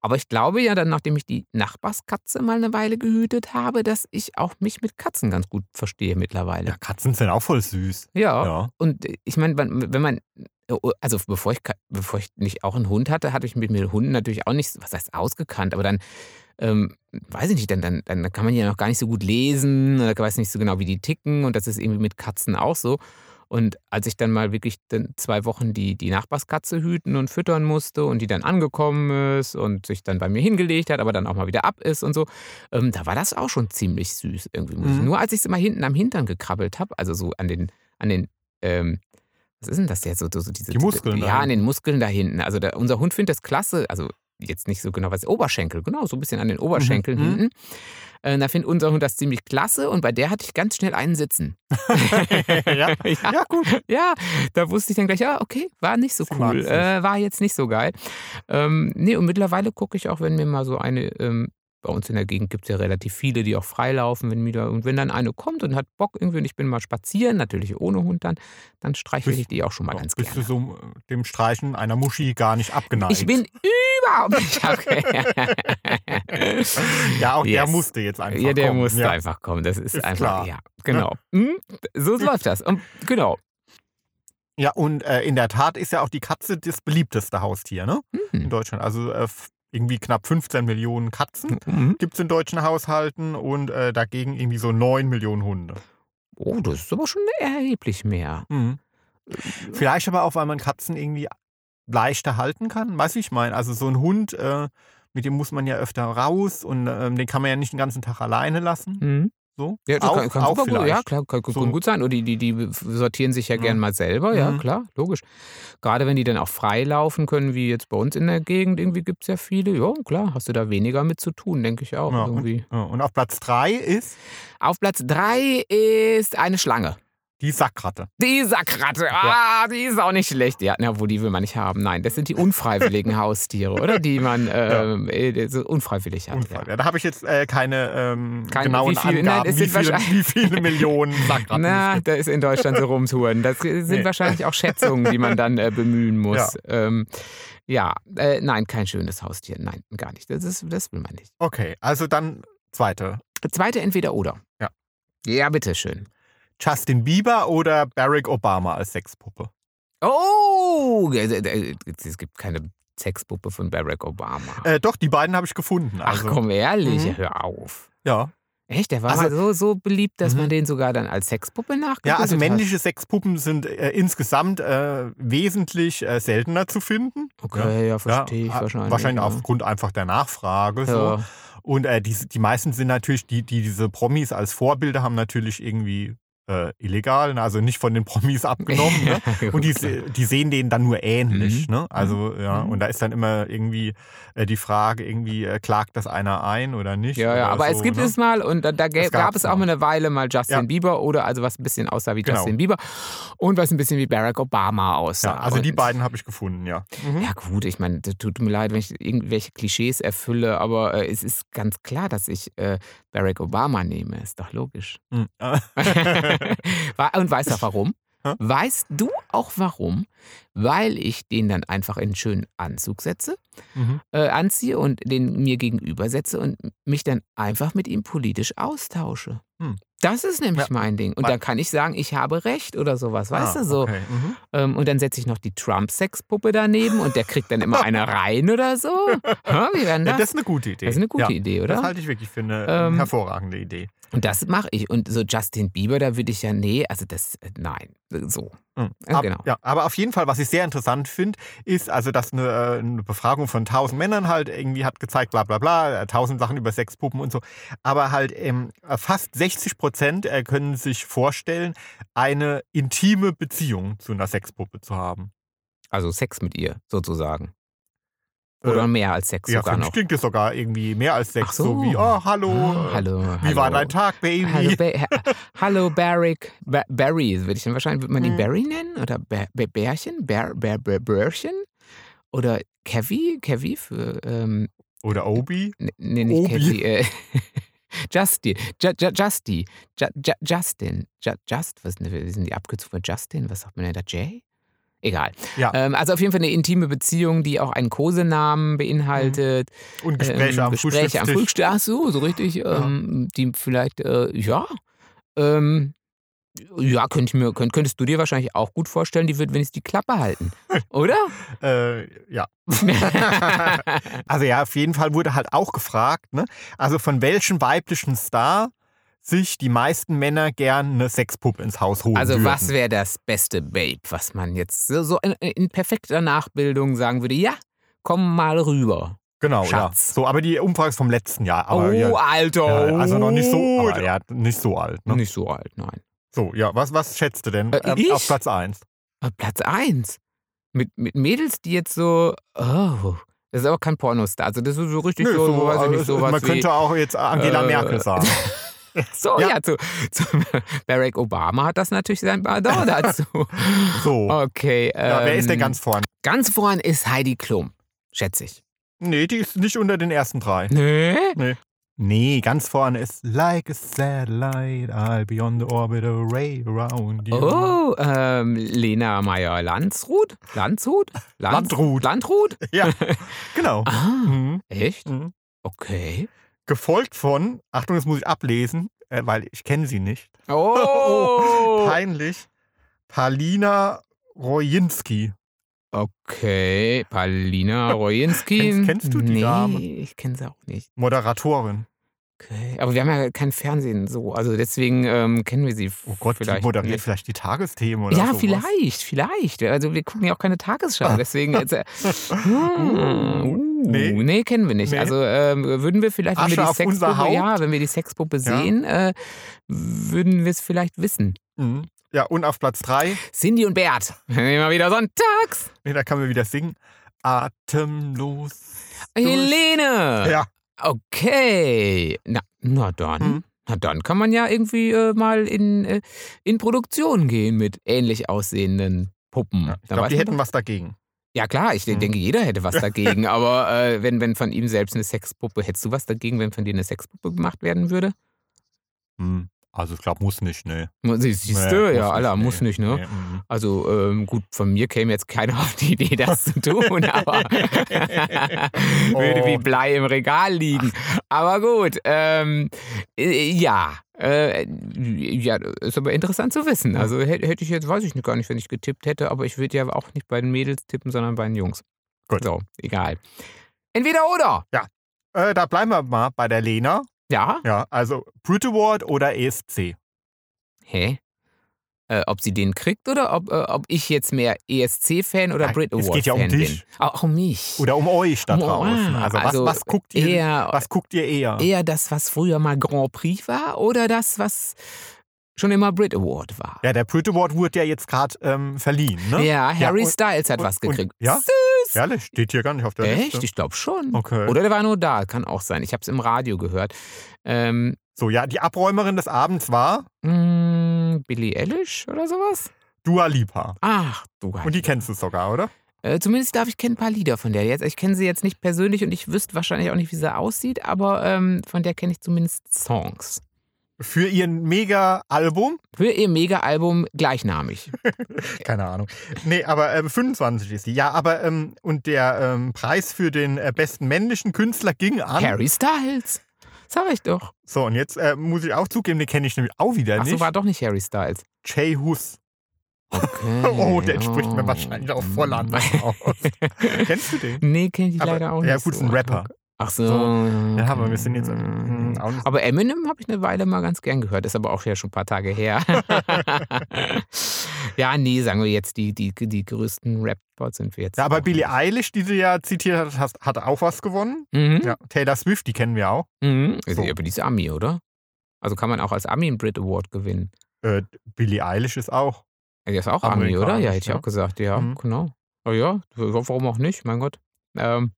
S1: Aber ich glaube ja dann, nachdem ich die Nachbarskatze mal eine Weile gehütet habe, dass ich auch mich mit Katzen ganz gut verstehe mittlerweile.
S2: Ja, Katzen sind auch voll süß.
S1: Ja.
S2: Ja.
S1: Und äh, ich meine, wenn wenn man, also bevor ich, ke- bevor ich nicht auch einen Hund hatte, hatte ich mich mit Hunden natürlich auch nicht, was heißt ausgekannt, aber dann, ähm, weiß ich nicht, dann, dann, dann kann man ja noch gar nicht so gut lesen oder weiß nicht so genau, wie die ticken und das ist irgendwie mit Katzen auch so. Und als ich dann mal wirklich dann zwei Wochen die, die Nachbarskatze hüten und füttern musste und die dann angekommen ist und sich dann bei mir hingelegt hat, aber dann auch mal wieder ab ist und so, ähm, da war das auch schon ziemlich süß irgendwie. Muss ich.
S2: Mhm.
S1: Nur als ich es immer hinten am Hintern gekrabbelt habe, also so an den, an den ähm, was ist denn das jetzt? So, so, so diese,
S2: Die Muskeln
S1: Diese,
S2: da
S1: ja, an
S2: hinten.
S1: den Muskeln da hinten. Also da, unser Hund findet das klasse. Also jetzt nicht so genau was, Oberschenkel, genau, so ein bisschen an den Oberschenkeln
S2: Mhm.
S1: hinten. Äh, da findet unser Hund das ziemlich klasse und bei der hatte ich ganz schnell einen sitzen.
S2: ja.
S1: ja,
S2: ja, gut.
S1: ja, da wusste ich dann gleich, ja, okay, war nicht so
S2: Sie mag's
S1: cool,
S2: nicht.
S1: äh, war jetzt nicht so geil. Ähm, nee, und mittlerweile gucke ich auch, wenn mir mal so eine, ähm, bei uns in der Gegend gibt es ja relativ viele, die auch freilaufen, wenn wieder, und wenn dann eine kommt und hat Bock irgendwie und ich bin mal spazieren, natürlich ohne Hund dann, dann streichle
S2: Bist- oh,
S1: ich die auch schon mal ganz
S2: Bist
S1: gerne.
S2: du so äh, dem Streichen einer Muschi gar nicht abgeneigt?
S1: Ich bin überhaupt nicht okay.
S2: Ja, auch der
S1: Yes.
S2: musste jetzt einfach.
S1: Ja, der
S2: kommen.
S1: musste
S2: ja.
S1: einfach kommen. Das ist,
S2: Ist
S1: einfach,
S2: klar.
S1: ja, genau. Hm, So läuft das. Und, genau.
S2: Ja, und äh, in der Tat ist ja auch die Katze das beliebteste Haustier, ne? In
S1: Hm.
S2: Deutschland. Also äh, f- irgendwie knapp 15 Millionen Katzen
S1: Mhm.
S2: gibt es in deutschen Haushalten und äh, dagegen irgendwie so 9 Millionen Hunde.
S1: Oh, das ist aber schon erheblich mehr.
S2: Mhm.
S1: Äh,
S2: Vielleicht aber auch, weil man Katzen irgendwie leichter halten kann. Weißt du, wie ich meine? Also so ein Hund, äh, mit dem muss man ja öfter raus und ähm, den kann man ja nicht den ganzen Tag alleine lassen.
S1: Mhm.
S2: So.
S1: Ja, das
S2: auch,
S1: kann, kann
S2: auch
S1: super gut, ja,
S2: vielleicht.
S1: klar, kann, kann
S2: So.
S1: gut sein. Oder die, die, die sortieren sich ja
S2: Ja.
S1: gern mal selber, ja,
S2: Mhm.
S1: klar, logisch. Gerade wenn die dann auch frei laufen können, wie jetzt bei uns in der Gegend, irgendwie gibt es ja viele. Ja, klar, hast du da weniger mit zu tun, denke ich auch
S2: Ja,
S1: irgendwie.
S2: und, ja, und auf Platz 3 ist
S1: Auf Platz 3 ist eine Schlange.
S2: die Sackratte.
S1: Die Sackratte, ah, die ist auch nicht schlecht. Ja, na, wo die will man nicht haben. Nein, das sind die unfreiwilligen Haustiere, oder? Die man ähm, äh, so unfreiwillig hat.
S2: Unfall. Ja, da habe ich jetzt äh, keine ähm,
S1: Keine-
S2: genauen
S1: wie viele-
S2: Angaben,
S1: nein, es
S2: wie,
S1: sind
S2: viele,
S1: wahrscheinlich-
S2: wie viele Millionen Sackratten es
S1: Na,
S2: gibt.
S1: da ist in Deutschland so rumtouren. Das sind
S2: Nee.
S1: wahrscheinlich auch Schätzungen, die man dann äh, bemühen muss. Ja, ähm, ja äh, nein, kein schönes Haustier. Nein, gar nicht. Das, ist, das will man nicht.
S2: Okay, also dann zweite.
S1: Zweite Entweder-Oder.
S2: Ja.
S1: Ja, bitteschön.
S2: Justin Bieber oder Barack Obama als Sexpuppe?
S1: Oh, äh, äh, es gibt keine Sexpuppe von Barack Obama.
S2: Äh, doch, die beiden habe ich gefunden.
S1: Ach
S2: Also,
S1: komm, ehrlich,
S2: Mhm.
S1: hör auf.
S2: Ja.
S1: Echt, der war
S2: Also-
S1: mal so, so beliebt, dass
S2: Mhm.
S1: man den sogar dann als Sexpuppe nachgebildet
S2: ja, also
S1: hat.
S2: männliche Sexpuppen sind äh, insgesamt äh, wesentlich äh, seltener zu finden. Ja.
S1: Okay, ja, verstehe
S2: Ja,
S1: ich
S2: äh,
S1: wahrscheinlich.
S2: Wahrscheinlich
S1: ja.
S2: aufgrund einfach der Nachfrage. So.
S1: Ja.
S2: Und äh, die, die meisten sind natürlich, die, die diese Promis als Vorbilder haben, natürlich irgendwie äh, illegal, ne? also nicht von den Promis abgenommen. Ne?
S1: Ja,
S2: Und die,
S1: gut, klar.
S2: se- die sehen denen dann nur ähnlich.
S1: Mhm.
S2: Ne? Also, ja,
S1: Mhm.
S2: und da ist dann immer irgendwie äh, die Frage, irgendwie äh, klagt das einer ein oder nicht.
S1: Ja, ja,
S2: oder
S1: aber
S2: so,
S1: es gibt
S2: ne?
S1: es mal und da, da gab,
S2: gab's
S1: gab es auch mal
S2: mal.
S1: eine Weile mal Justin
S2: Ja.
S1: Bieber oder also was ein bisschen aussah wie
S2: Genau.
S1: Justin Bieber und was ein bisschen wie Barack Obama aussah.
S2: Ja, also die
S1: Und-
S2: beiden habe ich gefunden, ja. Mhm.
S1: Ja gut, ich meine, das tut mir leid, wenn ich irgendwelche Klischees erfülle, aber äh, es ist ganz klar, dass ich äh, Barack Obama nehme, ist doch logisch.
S2: Mhm. Äh,
S1: Wa- und weißt du auch warum?
S2: Hä?
S1: Weißt du auch warum? Weil ich den dann einfach in einen schönen Anzug setze,
S2: mhm.
S1: äh, anziehe und den mir gegenüber setze und mich dann einfach mit ihm politisch austausche.
S2: Hm.
S1: Das ist nämlich
S2: Ja.
S1: mein Ding. Und
S2: Weil-
S1: dann kann ich sagen, ich habe recht oder sowas, weißt
S2: Ah,
S1: du so.
S2: Okay. Mhm.
S1: Ähm, und dann setze ich noch die Trump-Sexpuppe daneben und der kriegt dann immer eine rein oder so. Ha, wie wäre denn
S2: Ja,
S1: das?
S2: das ist eine gute Idee.
S1: Das ist eine gute
S2: ja.
S1: Idee,
S2: Das halt
S1: oder?
S2: halte ich wirklich für eine
S1: Ähm,
S2: hervorragende Idee.
S1: Und das mache ich. Und so Justin Bieber, da würde ich ja, nee, also das, äh, nein, so.
S2: Mhm.
S1: ja,
S2: Ab-
S1: genau.
S2: ja, aber auf jeden Fall, was ich sehr interessant finde, ist also, dass eine, äh, eine Befragung von tausend Männern halt irgendwie hat gezeigt, bla bla bla, äh, tausend Sachen über Sexpuppen und so. Aber halt ähm, fast 60 Prozent äh, können sich vorstellen, eine intime Beziehung zu einer Sexpuppe zu haben.
S1: Also Sex mit ihr sozusagen.
S2: Äh,
S1: Oder mehr als Sex
S2: ja,
S1: sogar
S2: für mich
S1: noch.
S2: klingt es sogar irgendwie mehr als Sex.
S1: Ach so.
S2: wie, oh, hallo,
S1: Ah,
S2: äh,
S1: hallo.
S2: wie war dein Tag, Baby?
S1: Hallo, ba ha- hallo Barrick. Ba Barry, würde ich dann wahrscheinlich, würde man die
S2: Hm.
S1: Barry nennen? Oder Bär- Bär- Bärchen? Bär, Bär, Bär, Bärchen? Oder Kevy? Kevy für ähm,
S2: Oder Obi?
S1: N- Nee, nicht
S2: Obi.
S1: Casey. Äh, Justin. Ju Ju Justy. Ju Ju Justin. Ju Just. Was ne, wie sind die Abkürzung für Justin? Was sagt man denn da? Jay? Egal.
S2: Ja.
S1: Ähm, also auf jeden Fall eine intime Beziehung, die auch einen
S2: Mhm.
S1: Kosenamen beinhaltet.
S2: Und Gespräche
S1: ähm,
S2: am
S1: Gespräche am
S2: Frühstückstisch.
S1: Frühstück. Ach so, so richtig.
S2: Ja.
S1: Ähm, die vielleicht, äh, ja. Ähm, ja, könnt ich mir, könnt, könntest du dir wahrscheinlich auch gut vorstellen, die wird wenigstens die Klappe halten. Oder?
S2: Äh, ja. Also ja, auf jeden Fall wurde halt auch gefragt, ne? also von welchem weiblichen Star sich die meisten Männer gern eine Sexpuppe ins Haus holen
S1: Also
S2: würden.
S1: was wäre das beste Babe, was man jetzt so, so in, in perfekter Nachbildung sagen würde? Ja, komm mal rüber.
S2: Genau,
S1: Schatz.
S2: ja. So, aber die Umfrage ist vom letzten Jahr. Aber
S1: oh,
S2: ja,
S1: Alter.
S2: ja, also noch nicht so,
S1: oh,
S2: aber ja, nicht so alt. Ne?
S1: Nicht so alt, nein.
S2: So, ja, was, was schätzt du denn
S1: Äh,
S2: ähm,
S1: ich?
S2: auf Platz 1?
S1: Aber Äh, Platz 1. Mit, mit Mädels, die jetzt so, oh, das ist aber kein Pornostar. Also das ist so richtig so, weiß ich nicht, sowas
S2: also, man könnte auch jetzt Angela
S1: äh,
S2: Merkel sagen.
S1: wie, so, ja,
S2: ja.
S1: zu, zu Barack Obama hat das natürlich sein Pardon dazu.
S2: So,
S1: Okay.
S2: Oh. ja, wer ist denn
S1: Oh, ähm,
S2: ganz vorn?
S1: Ganz voran ist Heidi Klum, schätze ich.
S2: Nee, die ist nicht unter den ersten drei.
S1: Nee?
S2: Nee, ganz vorne ist Like a satellite, I'll be on the orbit array around you.
S1: Oh, ähm, Lena Meyer Landshut? Landshut? Lanz-
S2: Landrut.
S1: Landrut?
S2: Ja, genau.
S1: Ah,
S2: Mhm.
S1: echt?
S2: Mhm.
S1: Okay.
S2: Gefolgt von, Achtung, das muss ich ablesen, äh, weil ich kenne sie nicht.
S1: Oh,
S2: Peinlich. Palina Rojinski.
S1: okay. Palina Rojinski.
S2: Kennst- kennst du die
S1: nee,
S2: Dame?
S1: ich kenne sie auch nicht.
S2: Moderatorin.
S1: Okay. Aber wir haben ja kein Fernsehen so. Also deswegen ähm, kennen wir sie f-
S2: Oh Gott,
S1: vielleicht
S2: die moderiert
S1: nicht.
S2: vielleicht die Tagesthemen oder
S1: Ja,
S2: sowas.
S1: vielleicht, vielleicht. Also wir gucken ja auch keine Tagesschau, deswegen... Jetzt, äh, hm, uh, nee.
S2: Nee.
S1: kennen wir nicht.
S2: Nee.
S1: Also ähm, würden wir vielleicht, wenn
S2: Asche
S1: wir, die
S2: auf unser
S1: Sexpuppe,
S2: Haupt.
S1: ja, wenn wir die Sexpuppe
S2: Ja.
S1: sehen, äh, würden wir es vielleicht wissen.
S2: Mhm. Ja, und auf Platz 3,
S1: Cindy und Bert, immer wieder sonntags.
S2: nee, da kann man wieder singen. Atemlos. durch-
S1: Helene.
S2: Ja,
S1: Okay. Na, na dann.
S2: Mhm.
S1: Na dann kann man ja irgendwie äh, mal in, äh, in Produktion gehen mit ähnlich aussehenden Puppen.
S2: ja.
S1: Dann
S2: ich glaube,
S1: weiß
S2: die
S1: man
S2: hätten was dagegen.
S1: Ja klar, ich
S2: Mhm.
S1: denke, jeder hätte was dagegen, aber äh, wenn, wenn von ihm selbst eine Sexpuppe, hättest du was dagegen, wenn von dir eine Sexpuppe gemacht werden würde?
S2: Hm, Also ich glaube, muss nicht, ne.
S1: Mu- sie- Siehst du, ja, aller muss nicht, ne? Also ähm, gut, von mir käme jetzt keiner auf die Idee, das zu tun, aber würde wie
S2: Oh.
S1: Blei im Regal liegen. Aber gut, ähm, äh, ja. Äh, ja, ist aber interessant zu wissen. Also hä- hätte ich jetzt, weiß ich gar nicht, wenn ich getippt hätte, aber ich würde ja auch nicht bei den Mädels tippen, sondern bei den Jungs.
S2: Gut.
S1: So, egal. Entweder oder.
S2: Äh, da bleiben wir mal bei der Lena.
S1: Ja.
S2: Ja, also Brute Award oder E ESC.
S1: Hä? Äh, ob sie den kriegt oder ob, äh, ob ich jetzt mehr E ESC-Fan oder
S2: Nein,
S1: Brit
S2: es
S1: Award-Fan
S2: geht ja um dich.
S1: bin. Auch um mich.
S2: Oder um euch da
S1: Oh,
S2: draußen. Also,
S1: also
S2: was, was guckt ihr?
S1: eher,
S2: was guckt ihr eher?
S1: eher das, was früher mal Grand Prix war oder das, was schon immer Brit Award war.
S2: Ja, der Brit Award wurde ja jetzt gerade ähm, verliehen, ne?
S1: Ja, Harry
S2: und-
S1: Styles hat
S2: und-
S1: was
S2: und-
S1: gekriegt.
S2: ja?
S1: Süß.
S2: Ehrlich, steht hier gar nicht auf der
S1: Echt?
S2: Liste.
S1: Ich glaube schon.
S2: Okay.
S1: Oder der war nur da, kann auch sein. Ich habe es im Radio gehört. Ähm,
S2: So, ja, die Abräumerin des Abends war
S1: mh, hm, Billie Eilish oder sowas?
S2: Dua Lipa.
S1: Ach, du
S2: Und die kennst du sogar, oder?
S1: äh, Zumindest darf ich kenne ein paar Lieder von der jetzt. Ich kenne sie jetzt nicht persönlich und ich wüsste wahrscheinlich auch nicht, wie sie aussieht, aber ähm, von der kenne ich zumindest Songs.
S2: Für ihr Mega-Album.
S1: Für ihr Mega-Album gleichnamig.
S2: Keine Ahnung. Nee, aber ähm, 25 ist sie. Ja, aber ähm, und der ähm, Preis für den äh, besten männlichen Künstler ging an.
S1: Harry Styles. Sag ich doch.
S2: So, und jetzt äh, muss ich auch zugeben, den kenne ich nämlich auch wieder
S1: Ach so,
S2: nicht.
S1: war doch nicht Harry Styles.
S2: Jay Hus.
S1: Okay. Oh.
S2: Oh, der spricht mir wahrscheinlich auch voll anders aus. Kennst du den?
S1: Nee, kenne ich
S2: Aber-
S1: leider auch nicht.
S2: Ja, gut, ist
S1: so.
S2: ein Rapper.
S1: Ach so.
S2: So.
S1: okay. Hm. Mm.
S2: Ja, aber wir sind jetzt, ähm, auch nicht-
S1: Aber Eminem habe ich eine Weile mal ganz gern gehört, ist aber auch ja schon ein paar Tage her. ja, nee, sagen wir jetzt, die, die, die größten Rap-Bots sind wir jetzt.
S2: Ja, aber
S1: noch
S2: Billie
S1: nicht.
S2: Eilish, die du ja zitiert hast, hat auch was gewonnen.
S1: Mhm.
S2: Ja. Taylor Swift, die kennen wir auch.
S1: Mhm.
S2: So.
S1: Ja, aber die ist Ami, oder? Also kann man auch als Ami einen Brit Award gewinnen.
S2: Äh, Billie Eilish ist auch.
S1: Ja, Die ist auch Ami, oder? Ja,
S2: Amerikanisch,
S1: hätte ich
S2: ja.
S1: auch gesagt, ja,
S2: Mhm.
S1: genau. Oh ja, warum auch nicht, mein Gott. Ähm,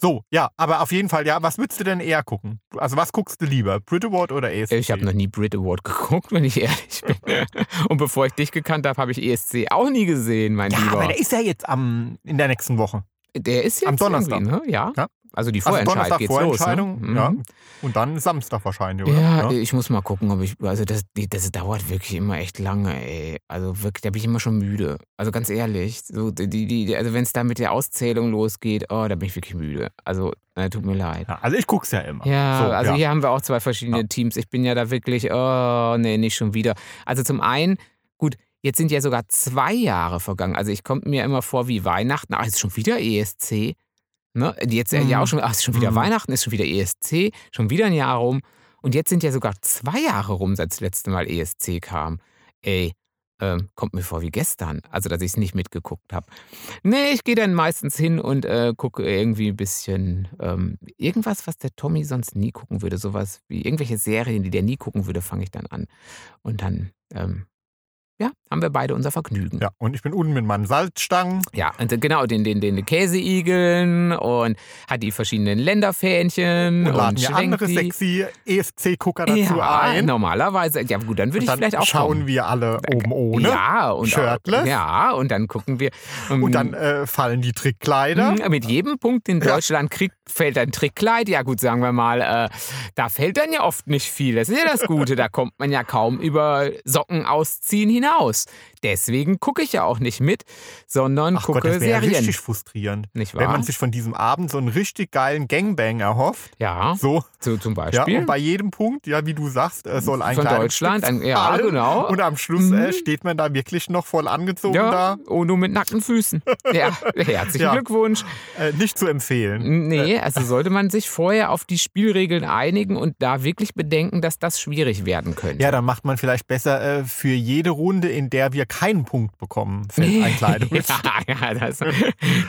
S2: So, ja, aber auf jeden Fall, ja, was würdest du denn eher gucken? Also was guckst du lieber? Brit Award oder ESC?
S1: ich ne habe noch nie Brit Award geguckt, wenn ich ehrlich bin. Und bevor ich dich gekannt habe, habe ich ESC auch nie gesehen, mein
S2: Ja,
S1: Lieber.
S2: aber der ist ja jetzt am, in der nächsten Woche.
S1: Der ist jetzt
S2: Am Donnerstag.
S1: irgendwie, Ne? Ja.
S2: Ja.
S1: Also die
S2: Also
S1: Vorentscheid
S2: Donnerstag
S1: geht's los.
S2: Vorentscheidung.
S1: Ne?
S2: ja.
S1: Mhm.
S2: Und dann Samstag wahrscheinlich, oder?
S1: Ja, ich muss mal gucken, ob ich. Also das, die- das dauert wirklich immer echt lange, ey. Also wirklich, da bin ich immer schon müde. Also ganz ehrlich. So, die, die- die, also wenn es da mit der Auszählung losgeht, oh, da bin ich wirklich müde. Also, äh, tut mir leid.
S2: Ja, also ich guck's ja immer.
S1: Ja,
S2: So,
S1: also
S2: ja.
S1: hier haben wir auch zwei verschiedene
S2: Ja.
S1: Teams. Ich bin ja da wirklich, oh, nee, nicht schon wieder. Also zum einen, gut, jetzt sind ja sogar zwei Jahre vergangen. Also ich komme mir immer vor wie Weihnachten. Ach, ist schon wieder ESC. Ne? Jetzt äh, ja
S2: Mhm.
S1: auch schon, ach, ist schon wieder
S2: Mhm.
S1: Weihnachten, ist schon wieder ESC, schon wieder ein Jahr rum. Und jetzt sind ja sogar zwei Jahre rum, seit das letzte Mal ESC kam. Ey, ähm, kommt mir vor wie gestern. Also, dass ich es nicht mitgeguckt habe. Nee, ich gehe dann meistens hin und äh, gucke irgendwie ein bisschen ähm, irgendwas, was der Tommy sonst nie gucken würde. Sowas wie irgendwelche Serien, die der nie gucken würde, fange ich dann an. Und dann, ähm, ja, haben wir beide unser Vergnügen.
S2: ja, und ich bin unten mit meinen Salzstangen.
S1: Ja, und äh, genau, den, den, den Käseigeln und hat die verschiedenen Länderfähnchen
S2: Und
S1: und,
S2: laden wir
S1: schwenkt
S2: andere
S1: die.
S2: sexy E ESC-Gucker dazu
S1: ja,
S2: ein.
S1: Normalerweise, ja gut, dann würde
S2: und
S1: ich
S2: dann
S1: vielleicht auch
S2: schauen
S1: kommen.
S2: wir alle oben ohne.
S1: Ja, und auch,
S2: Shirtless.
S1: ja, und dann gucken wir.
S2: Und dann
S1: ähm,
S2: äh, fallen die Trickkleider.
S1: Mhm, Mit jedem Punkt, den Deutschland kriegt, fällt ein Trickkleid. Ja gut, sagen wir mal, äh, da fällt dann ja oft nicht viel. Das ist ja das Gute. Da kommt man ja kaum über Socken ausziehen hinaus. Deswegen gucke ich ja auch nicht mit, sondern
S2: Ach
S1: gucke
S2: Gott, das wäre
S1: Serien.
S2: richtig frustrierend.
S1: nicht
S2: Wenn
S1: wahr?
S2: man sich von diesem Abend so einen richtig geilen Gangbang erhofft.
S1: Ja,
S2: So,
S1: so zum
S2: ja,
S1: Beispiel.
S2: und bei jedem Punkt, ja, wie du sagst, äh, soll ein
S1: von
S2: kleines
S1: Deutschland,
S2: Stück
S1: ein, ja
S2: fallen.
S1: genau.
S2: Und am Schluss
S1: Mhm.
S2: äh, steht man da wirklich noch voll angezogen
S1: ja, und nur mit nackten Füßen. Ja, herzlichen
S2: Ja.
S1: Glückwunsch.
S2: da. Äh, nicht zu empfehlen.
S1: Nee, also sollte man sich vorher auf die Spielregeln einigen und da wirklich bedenken, dass das schwierig werden könnte.
S2: Ja, dann macht man vielleicht besser äh, für jede Runde, in der wir keinen Punkt bekommen, fällt ein Kleidungsstück.
S1: Ja, ja, das,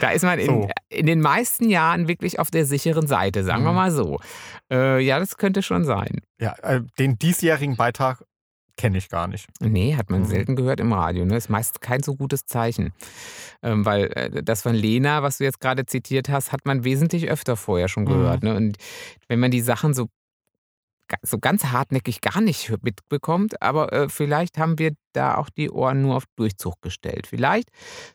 S1: da ist man in,
S2: So.
S1: in den meisten Jahren wirklich auf der sicheren Seite, sagen wir
S2: Mhm.
S1: mal so. Äh, ja, das könnte schon sein.
S2: Ja, äh, den diesjährigen Beitrag kenne ich gar nicht.
S1: Nee, hat man
S2: Mhm.
S1: selten gehört im Radio. Ne? Ist meist kein so gutes Zeichen. Ähm, weil äh, das von Lena, was du jetzt gerade zitiert hast, hat man wesentlich öfter vorher schon
S2: Mhm.
S1: gehört. Ne? Und wenn man die Sachen so, ga- so ganz hartnäckig gar nicht mitbekommt, aber äh, vielleicht haben wir da auch die Ohren nur auf Durchzug gestellt. Vielleicht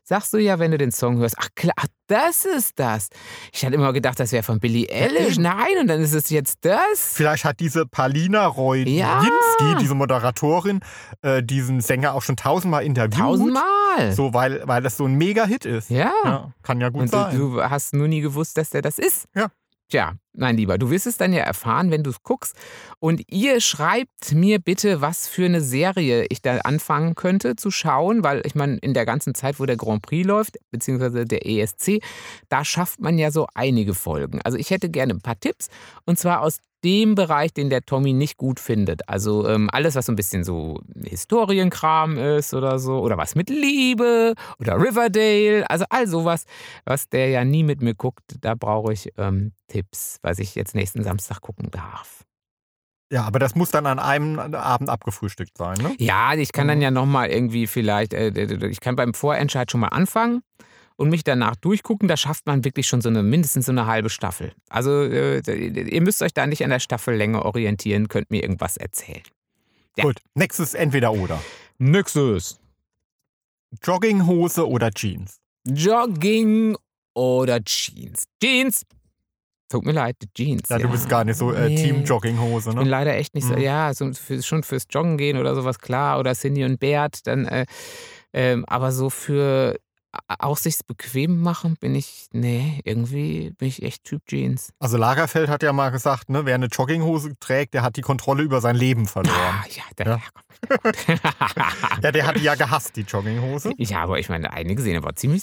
S1: sagst du ja, wenn du den Song hörst, ach klar, ach, das ist das. Ich hatte immer gedacht, das wäre von Billie Eilish.
S2: eben.
S1: Nein, und dann ist es jetzt das.
S2: Vielleicht hat diese Palina Roy
S1: Ja.
S2: Jinski, diese Moderatorin, äh, diesen Sänger auch schon tausendmal interviewt.
S1: Tausendmal.
S2: So, weil, weil das so ein Mega-Hit ist.
S1: ja.
S2: Ja, kann ja gut
S1: Und
S2: sein.
S1: du, du hast nur nie gewusst, dass der das ist.
S2: Ja.
S1: Tja, nein, lieber, du wirst es dann ja erfahren, wenn du es guckst. Und ihr schreibt mir bitte, was für eine Serie ich da anfangen könnte zu schauen, weil ich meine, in der ganzen Zeit, wo der Grand Prix läuft, beziehungsweise der ESC, da schafft man ja so einige Folgen. Also ich hätte gerne ein paar Tipps und zwar aus dem Bereich, den der Tommy nicht gut findet. Also ähm, alles, was so ein bisschen so Historienkram ist oder so, oder was mit Liebe oder Riverdale, also all sowas, was der ja nie mit mir guckt, da brauche ich ähm, Tipps, was ich jetzt nächsten Samstag gucken darf.
S2: Ja, aber das muss dann an einem Abend abgefrühstückt sein, ne?
S1: Ja, ich kann dann ja nochmal irgendwie vielleicht, äh, ich kann beim Vorentscheid schon mal anfangen und mich danach durchgucken. Da schafft man wirklich schon so eine, mindestens so eine halbe Staffel. Also äh, ihr müsst euch da nicht an der Staffellänge orientieren, könnt mir irgendwas erzählen. Ja.
S2: Gut, nächstes entweder oder.
S1: Nächstes.
S2: Jogginghose oder Jeans?
S1: Jogging oder Jeans? Jeans. Tut mir leid, Jeans.
S2: Ja, du bist gar nicht so äh,
S1: Nee.
S2: Team Jogginghose,
S1: Ich bin
S2: ne?
S1: leider echt nicht so,
S2: Mhm.
S1: ja, so für, schon fürs Joggen gehen oder sowas, klar, oder Cindy und Bert, dann, äh, ähm, aber so für a- auch sich's bequem machen bin ich, nee, irgendwie bin ich echt Typ Jeans.
S2: Also Lagerfeld hat ja mal gesagt, ne, wer eine Jogginghose trägt, der hat die Kontrolle über sein Leben verloren.
S1: Ah, ja, da,
S2: Ja.
S1: ja. komm, ja, gut.
S2: Ja, der hat die ja gehasst, die Jogginghose.
S1: ja, aber ich meine, einige sehen aber ziemlich,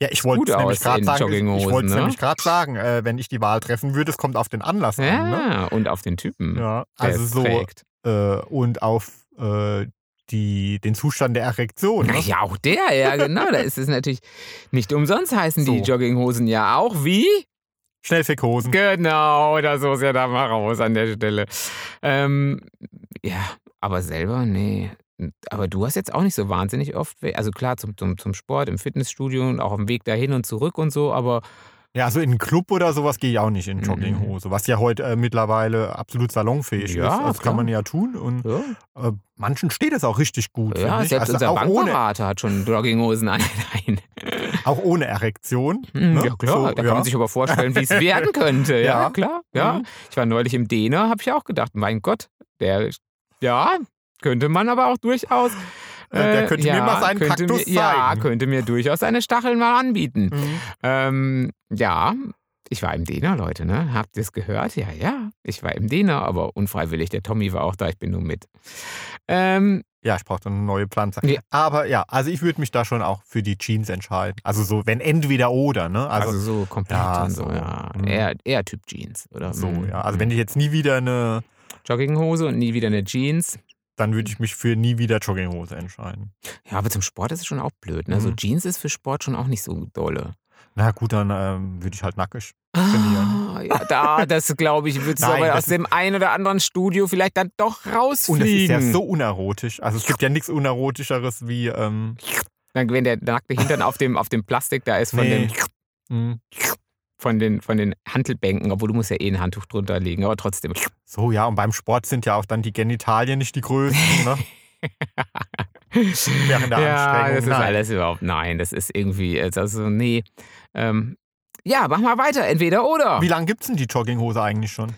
S2: Ja, ich wollte
S1: gut
S2: es nämlich
S1: aus
S2: gerade
S1: in
S2: sagen, ich- ich
S1: Jogginghosen,
S2: wollte es
S1: ne?
S2: nämlich gerade sagen, äh, wenn ich die Wahl treffen würde, es kommt auf den Anlass an, ne?
S1: ja, und auf den Typen,
S2: Ja,
S1: der
S2: also
S1: es
S2: so
S1: trägt.
S2: äh, und auf äh, die, den Zustand der Erektion.
S1: Na
S2: Ne?
S1: ja, auch der, ja, genau, da ist es natürlich, nicht umsonst heißen die
S2: So.
S1: Jogginghosen ja auch wie?
S2: Schnellfickhosen.
S1: Genau, das muss ja da mal raus an der Stelle. Ähm, ja, aber selber, nee. Aber du hast jetzt auch nicht so wahnsinnig oft, we- also klar, zum, zum, zum Sport, im Fitnessstudio und auch am Weg dahin und zurück und so, aber
S2: Ja, also in einen Club oder sowas gehe ich auch nicht in
S1: Mhm.
S2: Jogginghose, was ja heute äh, mittlerweile absolut salonfähig
S1: Ja,
S2: ist. Also Das
S1: klar.
S2: kann man ja tun und
S1: ja,
S2: äh, manchen steht es auch richtig gut.
S1: ja
S2: finde ich.
S1: selbst
S2: also
S1: unser
S2: auch ohne,
S1: Bankberater hat schon Jogginghosen an. Nein.
S2: auch ohne Erektion.
S1: Hm,
S2: ne?
S1: Ja klar,
S2: So,
S1: da kann
S2: ja.
S1: man sich aber vorstellen, wie es werden könnte. Ja,
S2: Ja.
S1: klar. Ja.
S2: Mhm.
S1: Ich war neulich im Däner, habe ich auch gedacht, mein Gott, der, ja, könnte man aber auch durchaus.
S2: Äh, der könnte mir mal seinen
S1: könnte
S2: Kaktus
S1: mir, Ja,
S2: zeigen.
S1: könnte mir durchaus seine Stacheln mal anbieten.
S2: Mhm.
S1: Ähm, ja, ich war im Däner, Leute, ne? Habt ihr es gehört? Ja, ja, ich war im Däner, aber unfreiwillig. Der Tommy war auch da, ich bin nur mit. Ähm,
S2: Ja, ich brauchte eine neue Pflanze.
S1: Ja.
S2: Aber ja, also ich würde mich da schon auch für die Jeans entscheiden. Also so, wenn entweder oder, ne?
S1: also,
S2: Also,
S1: so komplett
S2: ja,
S1: und so,
S2: so.
S1: ja.
S2: Mhm.
S1: Eher, eher Typ Jeans, oder?
S2: so,
S1: Mhm.
S2: ja. Also wenn ich jetzt nie wieder eine,
S1: Jogginghose und nie wieder eine Jeans.
S2: dann würde ich mich für nie wieder Jogginghose entscheiden.
S1: Ja, aber zum Sport ist es schon auch blöd. Ne? So
S2: Mhm.
S1: Jeans ist für Sport schon auch nicht so dolle.
S2: Na gut, dann ähm, würde ich halt nackig.
S1: Ah,
S2: Trainieren.
S1: ja, da, das glaube ich, würdest du
S2: Nein,
S1: aber
S2: das
S1: aus dem ein oder anderen Studio vielleicht dann doch
S2: Und das ist
S1: rausfliegen.
S2: ja so unerotisch. Also es gibt ja nichts unerotischeres wie ähm,
S1: dann, wenn der nackte Hintern auf dem, auf dem Plastik da ist von,
S2: Nee.
S1: den,
S2: mh,
S1: von, den, von den Hantelbänken, obwohl du musst ja eh ein Handtuch drunter legen, aber trotzdem.
S2: so ja. Und beim Sport sind ja auch dann die Genitalien nicht die größten. Ne? Während der
S1: ja,
S2: Anstrengung,
S1: das ist
S2: nein.
S1: alles überhaupt, nein, das ist irgendwie, also nee. Ähm, ja, mach mal weiter, entweder oder.
S2: Wie lange gibt es denn die Jogginghose eigentlich schon?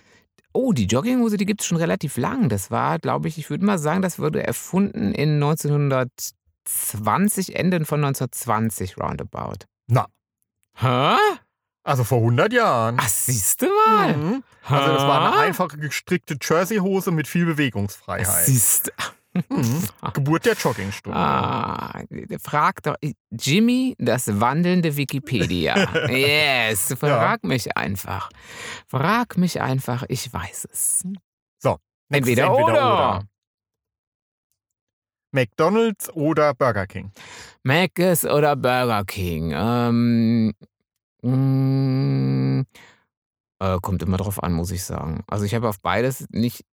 S1: Oh, die Jogginghose, die gibt es schon relativ lang. Das war, glaube ich, ich würde mal sagen, das wurde erfunden in 1920, Ende von 1920 roundabout.
S2: Na.
S1: Hä?
S2: Also vor 100 Jahren.
S1: Ach, siehst du mal.
S2: Mhm. Also das war eine
S1: Hä?
S2: einfache gestrickte Jerseyhose mit viel Bewegungsfreiheit.
S1: Siehst
S2: Mhm. Geburt der Joggingstunde.
S1: Ah, frag doch äh, Jimmy, das wandelnde Wikipedia. Yes, frag mich einfach. Frag mich einfach, ich weiß es.
S2: Nächstes
S1: entweder oder.
S2: McDonald's oder Burger King.
S1: Mc's oder Burger King? Ähm, mh, äh, kommt immer drauf an, muss ich sagen. Also ich habe auf beides nicht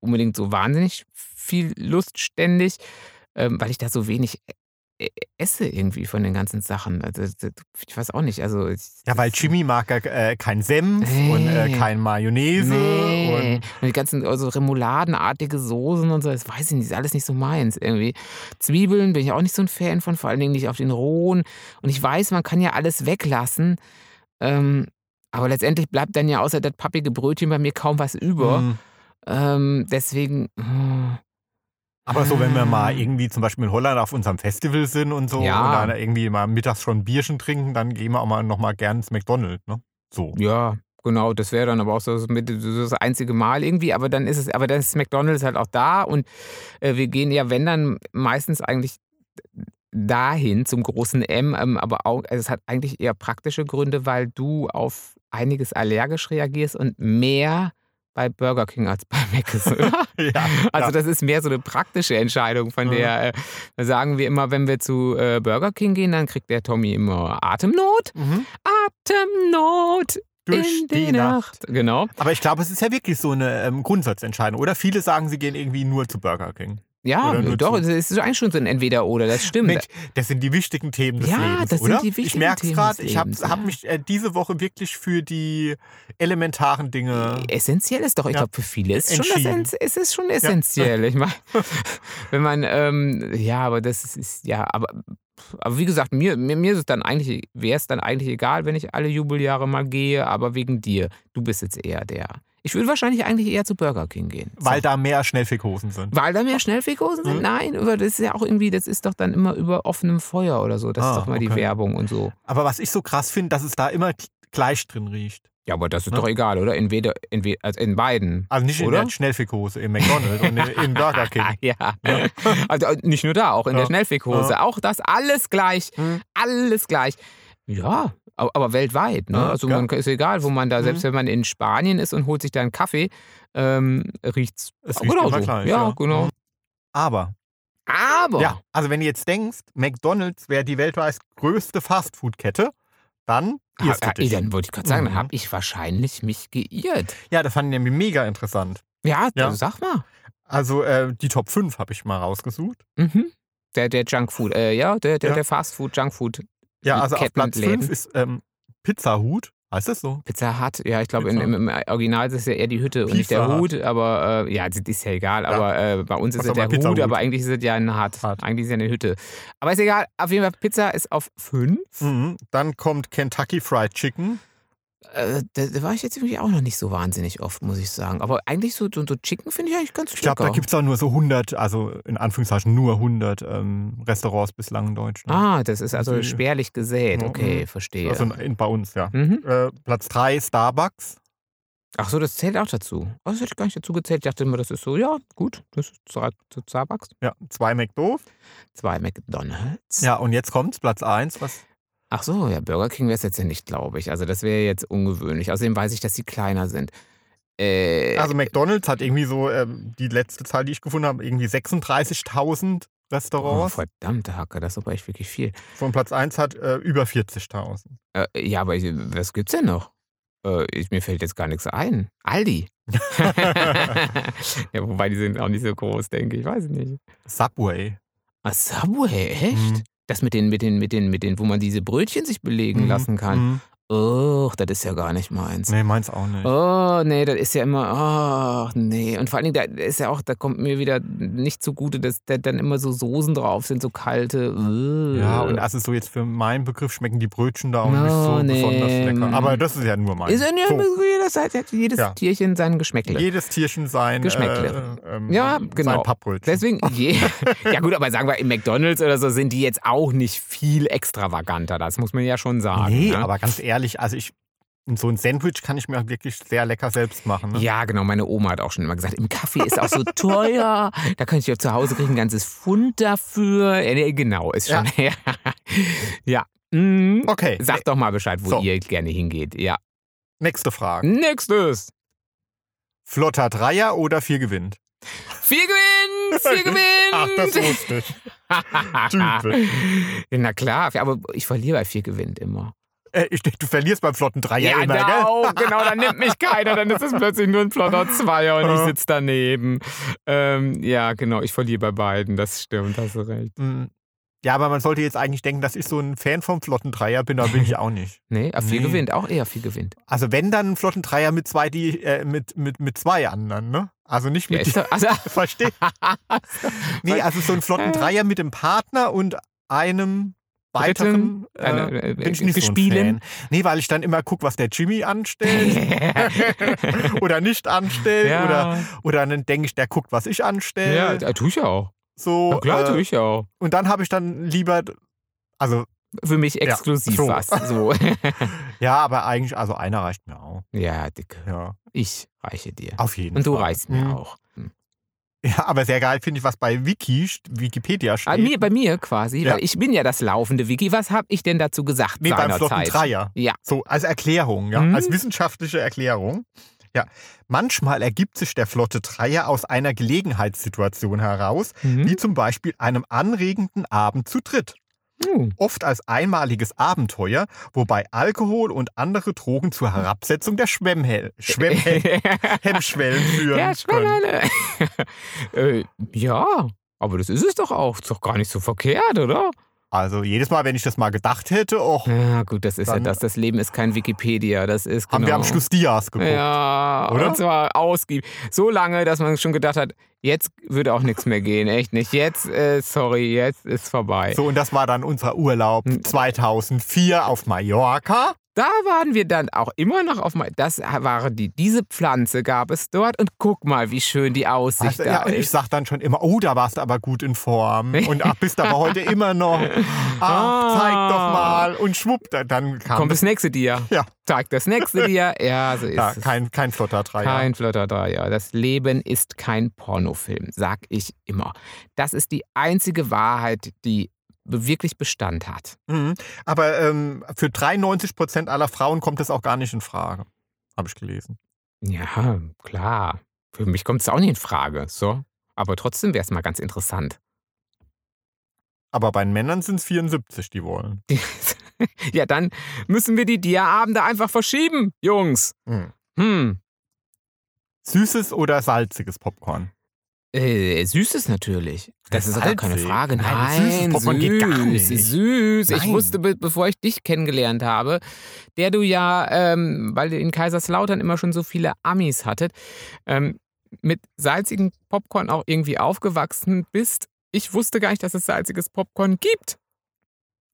S1: unbedingt so wahnsinnig viel Lust ständig, ähm, weil ich da so wenig e- e- esse irgendwie von den ganzen Sachen. Also, das- ich weiß auch nicht. Also ich,
S2: Ja, weil
S1: das-
S2: Jimmy mag äh, kein Senf
S1: Nee.
S2: und äh, kein Mayonnaise
S1: Nee.
S2: und
S1: Und, die ganzen also Remouladenartige Soßen und so, das weiß ich nicht, ist alles nicht so meins irgendwie. Zwiebeln bin ich auch nicht so ein Fan von, vor allen Dingen nicht auf den rohen. Und ich weiß, man kann ja alles weglassen, ähm, aber letztendlich bleibt dann ja außer das pappige Brötchen bei mir kaum was über.
S2: Mhm.
S1: Ähm, deswegen, hm,
S2: Aber so, wenn wir mal
S1: Ah.
S2: irgendwie zum Beispiel in Holland auf unserem Festival sind und so
S1: Ja.
S2: und dann irgendwie mal mittags schon ein Bierchen trinken, dann gehen wir auch mal nochmal gern ins McDonald's, ne? So.
S1: ja. Genau, das wäre dann aber auch so das, mit, so das einzige Mal irgendwie, aber dann ist es, aber dann ist McDonalds halt auch da und äh, wir gehen ja, wenn dann meistens eigentlich dahin zum großen M, ähm, aber auch, also es hat eigentlich eher praktische Gründe, weil du auf einiges allergisch reagierst und mehr bei Burger King als bei Mac ist, oder?
S2: Ja,
S1: Also
S2: ja.
S1: das ist mehr so eine praktische Entscheidung, von
S2: Mhm.
S1: der äh, sagen wir immer, wenn wir zu äh, Burger King gehen, dann kriegt der Tommy immer Atemnot.
S2: Mhm.
S1: Atemnot.
S2: durch die, Nacht.
S1: Genau.
S2: Aber ich glaube, es ist ja wirklich so eine ähm, Grundsatzentscheidung, oder? Viele sagen, sie gehen irgendwie nur zu Burger King.
S1: Ja,
S2: Oder nur
S1: doch,
S2: zu-
S1: das ist so eigentlich schon so ein Entweder-Oder, das stimmt.
S2: Mensch, das sind die wichtigen Themen des
S1: Hm. Ja,
S2: Lebens,
S1: das sind
S2: oder?
S1: die
S2: ich
S1: wichtigen
S2: merke
S1: Themen
S2: es gerade,
S1: des
S2: ich habe
S1: Lebens, ja.
S2: hab mich äh, diese Woche wirklich für die elementaren Dinge...
S1: Äh, essentiell ist doch, ich
S2: Ja.
S1: glaube, für viele ist schon
S2: Entschieden.
S1: essen- es ist schon essentiell. Ich meine, wenn man, ähm, ja, aber das ist- ist, ja, aber, aber wie gesagt, mir, mir, mir ist es dann eigentlich, wäre es dann eigentlich egal, wenn ich alle Jubeljahre mal gehe, aber wegen dir. Du bist jetzt eher der. Ich würde wahrscheinlich eigentlich eher zu Burger King gehen. So.
S2: Weil da mehr Schnellfickhosen sind.
S1: Weil da mehr Schnellfickhosen sind?
S2: Mhm.
S1: Nein, aber das ist ja auch irgendwie, das ist doch dann immer über offenem Feuer oder so. Das
S2: Ah,
S1: ist doch mal die
S2: okay.
S1: Werbung und so.
S2: Aber was ich so krass finde, dass es da immer gl- gleich drin riecht.
S1: Ja, aber das ist
S2: Ne?
S1: doch egal, oder? Entweder, entweder also in beiden.
S2: Also nicht in
S1: Oder?
S2: der Schnellfickhose im McDonald's und in- in Burger
S1: Ah,
S2: King.
S1: ja. Also nicht nur da, auch in
S2: Ja.
S1: der Schnellfickhose.
S2: Ja.
S1: Auch das alles gleich.
S2: Hm.
S1: Alles gleich. Ja, aber, aber weltweit. Ne?
S2: Ja,
S1: also
S2: klar. Hm.
S1: man ist egal, wo man da, selbst wenn man in Spanien ist und holt sich da einen Kaffee, ähm, riecht's
S2: Es riecht
S1: genauso.
S2: immer gleich,
S1: ja,
S2: ja.
S1: genau.
S2: Mhm. Aber,
S1: Aber
S2: ja, also wenn du jetzt denkst, McDonald's wäre die weltweit größte Fastfood-Kette, dann
S1: Ah,
S2: irrst du
S1: eh,
S2: dich.
S1: dann wollte ich gerade sagen, dann
S2: Mhm.
S1: habe ich wahrscheinlich mich geirrt.
S2: Ja, das fand ich nämlich mega interessant.
S1: Ja,
S2: Ja.
S1: also sag mal.
S2: Also äh, die Top 5 habe ich mal rausgesucht.
S1: Mhm. Der, der Junkfood, äh, ja, der, der,
S2: Ja.
S1: der Fastfood, Junkfood,
S2: Ja,
S1: Die
S2: also auf Platz
S1: Kettenläden.
S2: 5 ist ähm, Pizza Hut. Heißt das so?
S1: Pizza Hut, ja, ich glaube, im,
S2: Pizza
S1: im im Original ist es ja eher die Hütte und nicht
S2: Pizza
S1: der
S2: Hut.
S1: Hut, aber äh, ja, das ist ja egal,
S2: Ja.
S1: aber äh, bei uns ist
S2: Was
S1: es
S2: aber
S1: der
S2: Pizza
S1: Hut,
S2: Hut.
S1: aber eigentlich ist es ja ein Hut.
S2: Hut.
S1: Eigentlich ist es ja eine Hütte. Aber ist egal, auf jeden Fall, Pizza ist auf 5.
S2: Mhm. Dann kommt Kentucky Fried Chicken.
S1: Äh, da, da war ich jetzt irgendwie auch noch nicht so wahnsinnig oft, muss ich sagen. Aber eigentlich so, so, so Chicken finde ich eigentlich ganz
S2: Ich glaube, da
S1: lecker.
S2: gibt es auch nur so 100, also in Anführungszeichen nur 100 ähm, Restaurants bislang in Deutschland.
S1: ah, das ist also
S2: Also-
S1: spärlich gesät.
S2: Ja,
S1: Okay,
S2: mhm.
S1: verstehe.
S2: Also in, bei uns, ja.
S1: mhm.
S2: Äh, Platz 3 Starbucks.
S1: Ach so, das zählt auch dazu. Oh, das hätte ich gar nicht dazu gezählt. Ich dachte immer, das ist so, ja, gut, das ist zu zu Starbucks.
S2: Ja, 2 McDo.
S1: Zwei McDonalds.
S2: Ja, und jetzt kommt's, Platz 1. Was?
S1: Ach so, ja, Burger King wäre es jetzt ja nicht, glaube ich. Also das wäre jetzt ungewöhnlich. Außerdem weiß ich, dass sie kleiner sind. Äh,
S2: Also McDonalds hat irgendwie so, ähm, die letzte Zahl, die ich gefunden habe, irgendwie 36.000
S1: oh,
S2: Restaurants.
S1: verdammte Hacke, das ist aber echt wirklich viel.
S2: Von Platz 1 hat äh, über 40.000.
S1: Äh, ja, aber ich, was gibt's denn noch? Äh, ich, mir fällt jetzt gar nichts ein. Aldi. ja, wobei die sind auch nicht so groß, denke ich. Ich weiß nicht.
S2: Subway.
S1: Ah, Subway, echt?
S2: Mhm.
S1: Das mit den, mit den, mit den, mit den, wo man diese Brötchen sich belegen
S2: Mhm.
S1: lassen kann.
S2: Mhm.
S1: Och, das ist ja gar nicht meins.
S2: Nee, meins auch nicht.
S1: Oh, nee, das ist ja immer, oh, nee. Und vor allen Dingen, da ist ja auch, da kommt mir wieder nicht zugute, dass da dann immer so Soßen drauf sind, so kalte. äh.
S2: Ja, und also so jetzt für meinen Begriff schmecken die Brötchen da auch
S1: No,
S2: nicht so
S1: nee.
S2: besonders lecker. Aber das ist ja nur mein.
S1: ist ja nicht
S2: so.
S1: so. jedes, hat jedes
S2: Ja.
S1: Tierchen seinen Geschmäckle.
S2: Jedes Tierchen sein
S1: Geschmäckle.
S2: Äh, ähm,
S1: Ja, genau.
S2: Sein Pappbrötchen.
S1: Deswegen, je, ja gut, aber sagen wir, im McDonalds oder so sind die jetzt auch nicht viel extravaganter. Das muss man ja schon sagen.
S2: nee,
S1: ne?
S2: aber ganz ehrlich, also ich so ein Sandwich kann ich mir halt wirklich sehr lecker selbst machen. Ne?
S1: Ja, genau. Meine Oma hat auch schon immer gesagt, im Kaffee ist auch so teuer. Da kann ich ja zu Hause kriegen ein ganzes Pfund dafür. Ja, nee, genau, ist schon. Ja. ja. Mhm.
S2: Okay,
S1: Sagt doch mal Bescheid, wo
S2: Äh, So.
S1: ihr gerne hingeht. Ja.
S2: nächste Frage.
S1: Nächstes.
S2: Flotter Dreier oder vier gewinnt?
S1: Vier gewinnt! Vier gewinnt!
S2: Ach, das wusste ich. typisch.
S1: Na klar, aber ich verliere bei vier gewinnt immer.
S2: Äh, ich denke, du verlierst beim Flotten Dreier Ah, immer, gell?
S1: genau, genau, dann nimmt mich keiner, dann ist es plötzlich nur ein flotter Zweier und ich sitze daneben. Ähm, ja, genau, ich verliere bei beiden, das stimmt, hast du recht.
S2: Mm. Ja, aber man sollte jetzt eigentlich denken, dass ich so ein Fan vom Flotten Dreier bin, aber bin ich auch nicht.
S1: Nee, aber viel
S2: Nee.
S1: gewinnt, auch eher viel gewinnt.
S2: Also wenn dann ein Flottendreier mit zwei, die, äh, mit, mit, mit zwei anderen, ne? Also nicht
S1: Ja,
S2: mit
S1: ist doch, also,
S2: die, verstehe. Nee, also so ein Flottendreier mit dem Partner und einem weiteren äh,
S1: einer, äh,
S2: bin ich nicht
S1: gespielen.
S2: So ein Fan. Nee, weil ich dann immer gucke, was der Jimmy anstellt oder nicht anstellt oder,
S1: ja,
S2: oder dann denke ich, der guckt, was ich
S1: ja,
S2: anstelle.
S1: ja, tue ich ja auch.
S2: so,
S1: Na klar,
S2: äh,
S1: tue ich ja auch.
S2: Und dann habe ich dann lieber, also
S1: Für mich exklusiv
S2: so.
S1: was. So.
S2: ja, aber eigentlich, also einer reicht mir auch.
S1: ja, Dicke,
S2: Ja,
S1: ich reiche dir.
S2: auf jeden
S1: Und du
S2: Fall.
S1: reichst mir
S2: Mhm.
S1: auch.
S2: Ja, aber sehr geil finde ich, was bei Wiki, st- Wikipedia steht.
S1: Ah, mir, bei mir quasi,
S2: Ja.
S1: weil ich bin ja das laufende Wiki. Was habe ich denn dazu gesagt
S2: nee, beim flotten
S1: seinerzeit?
S2: Dreier.
S1: halt. Ja.
S2: So, als Erklärung, ja,
S1: Mhm.
S2: als wissenschaftliche Erklärung. Ja, manchmal ergibt sich der flotte Dreier aus einer Gelegenheitssituation heraus,
S1: Mhm.
S2: wie zum Beispiel einem anregenden Abend zu dritt.
S1: Hm.
S2: oft als einmaliges Abenteuer, wobei Alkohol und andere Drogen zur Herabsetzung der Schwemmhell, Schwemmhell, Hemmschwellen führen
S1: ja,
S2: können.
S1: Schwellele. äh, ja, aber das ist es doch auch. Ist doch gar nicht so verkehrt, oder?
S2: Also jedes Mal, wenn ich das mal gedacht hätte, och,
S1: Ja, gut, das ist ja
S2: Dann-
S1: das. Das Leben ist kein Wikipedia. Das ist
S2: haben
S1: genau.
S2: wir am Schluss Dias geguckt.
S1: Ja,
S2: oder?
S1: und zwar ausgiebig. So lange, dass man schon gedacht hat, jetzt würde auch nichts mehr gehen. Echt nicht. Jetzt, äh, sorry, jetzt ist vorbei.
S2: So, und das war dann unser Urlaub
S1: Hm.
S2: 2004 auf Mallorca.
S1: Da waren wir dann auch immer noch auf mal. Das waren die, diese Pflanze gab es dort und guck mal, wie schön die Aussicht
S2: Also,
S1: da
S2: ja, ich
S1: ist.
S2: sag dann schon immer, oh, da warst du aber gut in Form. Und ach, bist aber heute immer noch.
S1: Ah.
S2: Ach, zeig doch mal. Und schwupp, da- dann kam
S1: Kommt das nächste Dir.
S2: Ja.
S1: Tag das nächste Dir. Ja, so ist
S2: ja,
S1: es.
S2: kein, kein flotter Dreier.
S1: Kein flotter Dreier. Das Leben ist kein Pornofilm, sag ich immer. Das ist die einzige Wahrheit, die wirklich Bestand hat.
S2: Mhm. Aber ähm, für 93 Prozent aller Frauen kommt das auch gar nicht in Frage. Habe ich gelesen.
S1: Ja, klar. Für mich kommt es auch nicht in Frage. So. Aber trotzdem wäre es mal ganz interessant.
S2: Aber bei den Männern sind es 74, die wollen.
S1: ja, dann müssen wir die Dia-Abende einfach verschieben, Jungs.
S2: Mhm.
S1: Hm.
S2: Süßes oder salziges Popcorn?
S1: Äh, süßes natürlich. Das ist gar keine
S2: Salzig.
S1: Frage.
S2: Nein, süßes
S1: Nein,
S2: Popcorn geht gar
S1: süß,
S2: nicht.
S1: süß. Ich
S2: Nein.
S1: wusste, be bevor ich dich kennengelernt habe, der du ja, ähm, weil du in Kaiserslautern immer schon so viele Amis hattet, ähm, mit salzigem Popcorn auch irgendwie aufgewachsen bist. Ich wusste gar nicht, dass es salziges Popcorn gibt.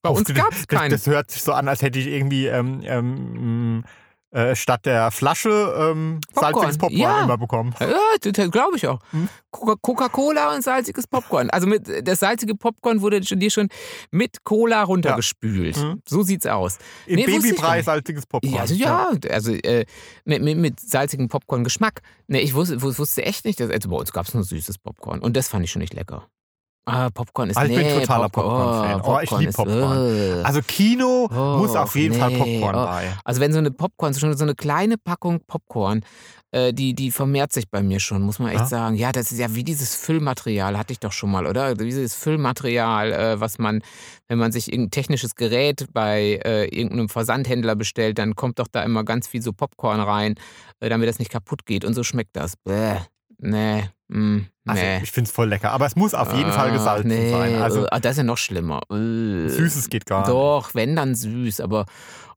S1: Bei
S2: Auch
S1: uns
S2: das-
S1: gab es
S2: das,
S1: keinen.
S2: das hört sich so an, als hätte ich irgendwie ähm, ähm, äh, statt der Flasche ähm,
S1: Popcorn.
S2: salziges Popcorn
S1: Ja. Äh,
S2: immer bekommen.
S1: Ja, glaube ich auch.
S2: Hm?
S1: Coca- Coca-Cola und salziges Popcorn. Also mit, das salzige Popcorn wurde schon- dir schon mit Cola runtergespült.
S2: Hm.
S1: So sieht's aus.
S2: Im
S1: Nee, wusste ich gar
S2: Babybrei
S1: nicht.
S2: salziges Popcorn.
S1: Ja, also, ja, also äh, mit, mit, mit salzigem Popcorn-Geschmack. Nee, ich wusste, wus- wusste echt nicht, dass, also bei uns gab es nur süßes Popcorn. Und das fand ich schon nicht lecker. Ah, Popcorn ist
S2: Also ich bin
S1: nee,
S2: totaler Popcorn-Fan. Oh, ich lieb
S1: ist,
S2: Popcorn.
S1: äh.
S2: Also Kino
S1: Oh,
S2: muss auf jeden Fall
S1: nee,
S2: Popcorn
S1: oh.
S2: bei.
S1: Also wenn so eine Popcorn, so eine- so eine kleine Packung Popcorn, äh, die, die vermehrt sich bei mir schon, muss man echt
S2: Ja?
S1: sagen. Ja, das ist ja wie dieses Füllmaterial, hatte ich doch schon mal, oder? Also Dieses Füllmaterial, äh, was man, wenn man sich irgendein technisches Gerät bei äh, irgendeinem Versandhändler bestellt, dann kommt doch da immer ganz viel so Popcorn rein, äh, damit das nicht kaputt geht. Und so schmeckt das. Bäh. Nee. Mm,
S2: Also
S1: nee.
S2: ich finde es voll lecker, aber es muss auf jeden Fall
S1: Ah,
S2: gesalzen
S1: nee,
S2: sein. Also
S1: äh, ah, das ist ja noch schlimmer. Äh.
S2: Süßes geht gar nicht.
S1: Doch, wenn dann süß, aber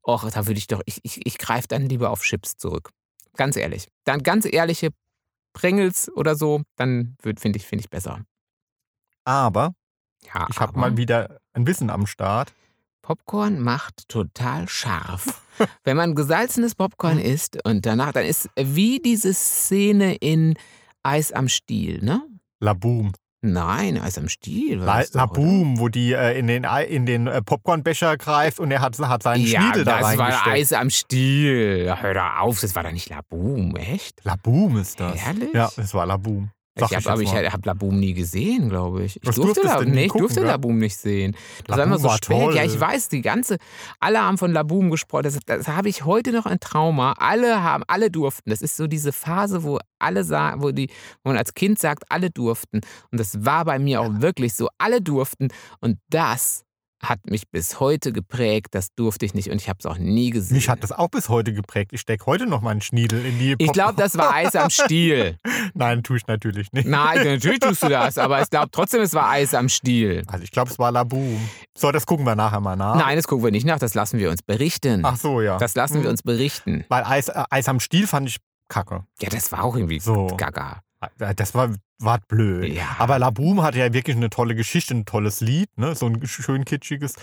S1: och, da würde ich doch, ich, ich, ich greife dann lieber auf Chips zurück. Ganz ehrlich. Dann ganz ehrliche Pringles oder so, dann finde ich, find ich besser.
S2: Aber
S1: Ja,
S2: ich habe
S1: aber
S2: mal wieder ein Wissen am Start.
S1: Popcorn macht total scharf. wenn man gesalzenes
S2: Hm.
S1: Popcorn isst und danach, dann ist wie diese Szene in Eis am Stiel, ne?
S2: Laboom.
S1: Nein, Eis am Stiel. war
S2: La,
S1: das doch, oder?
S2: Laboom, wo die äh, in den, Ei- in den äh, Popcornbecher greift und er hat, hat seinen Schniedel da
S1: das war
S2: reingesteckt.
S1: Eis am Stiel. Ja, Hör da auf, das war doch nicht Laboom, echt?
S2: Laboom ist das.
S1: Ehrlich?
S2: Ja, es war Laboom. Sag
S1: ich
S2: ich
S1: hab, aber
S2: jetzt
S1: ich halt
S2: mal.
S1: habe Laboom nie gesehen, glaube ich. Ich
S2: Was
S1: durfte,
S2: durftest
S1: La
S2: du denn nie
S1: nee, ich
S2: gucken,
S1: durfte
S2: gell?
S1: Laboom nicht sehen. Das war
S2: Laboom
S1: immer so
S2: war
S1: spät. Ja, ich
S2: toll.
S1: weiß, die ganze, alle haben von Laboom gesprochen. Das, das habe ich heute noch ein Trauma. Alle haben, alle durften. Das ist so diese Phase, wo alle sa- wo die, wo man als Kind sagt, alle durften. Und das war bei mir auch wirklich so. Alle durften. Und das hat mich bis heute geprägt. Das durfte ich nicht und ich habe es auch nie gesehen.
S2: Mich hat das auch bis heute geprägt. Ich stecke heute noch meinen Schniedel in die
S1: ich glaube, das war Eis am Stiel.
S2: Nein, tue ich natürlich nicht.
S1: Nein, natürlich tust du das, aber ich glaube trotzdem, es war Eis am Stiel.
S2: Also ich glaube, es war Laboom. So, das gucken wir nachher mal nach.
S1: Nein, das gucken wir nicht nach, das lassen wir uns berichten.
S2: Ah. Ach so, ja.
S1: Das lassen wir
S2: Hm.
S1: uns berichten.
S2: Weil Eis, äh, Eis am Stiel fand ich kacke.
S1: Ja, das war auch irgendwie
S2: So.
S1: gaga.
S2: Äh, Das war, war blöd.
S1: Ja.
S2: Aber Laboom hatte ja wirklich eine tolle Geschichte, ein tolles Lied, ne? So ein schön kitschiges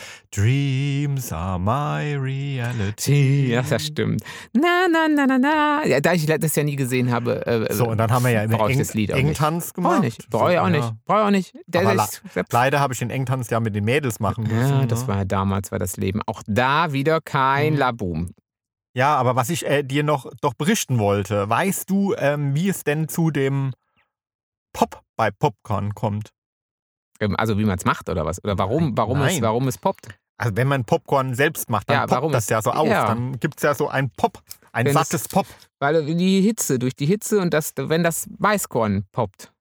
S2: Dreams are my reality.
S1: Ja, das stimmt. Na, na, na, na, na. Ja, da ich das ja nie gesehen habe, äh,
S2: So, und dann haben wir ja immer
S1: brauche ich
S2: Eng,
S1: das Lied auch nicht. Brauche
S2: Engtanz gemacht.
S1: ich nicht. Brauche ich auch
S2: So,
S1: nicht.
S2: Ja.
S1: Brauche ich auch nicht. Der
S2: Aber
S1: ist-
S2: Leider habe ich den Engtanz ja mit den Mädels machen müssen.
S1: ja,
S2: ne?
S1: das war ja damals war das Leben. Auch da wieder kein
S2: Hm.
S1: Laboom.
S2: ja, aber was ich äh, dir noch doch berichten wollte, weißt du, ähm, wie es denn zu dem Pop bei Popcorn kommt?
S1: Ähm, Also wie man es macht oder was? Oder warum, warum, es,
S2: Nein.
S1: warum es poppt?
S2: Also wenn man Popcorn selbst macht, dann
S1: Ja, warum
S2: poppt das
S1: ist-
S2: ja so auf.
S1: ja.
S2: Dann gibt es ja so ein Pop, ein
S1: Wenn es-
S2: sattes Pop.
S1: Weil die Hitze, durch die Hitze und das, wenn das Weißkorn poppt.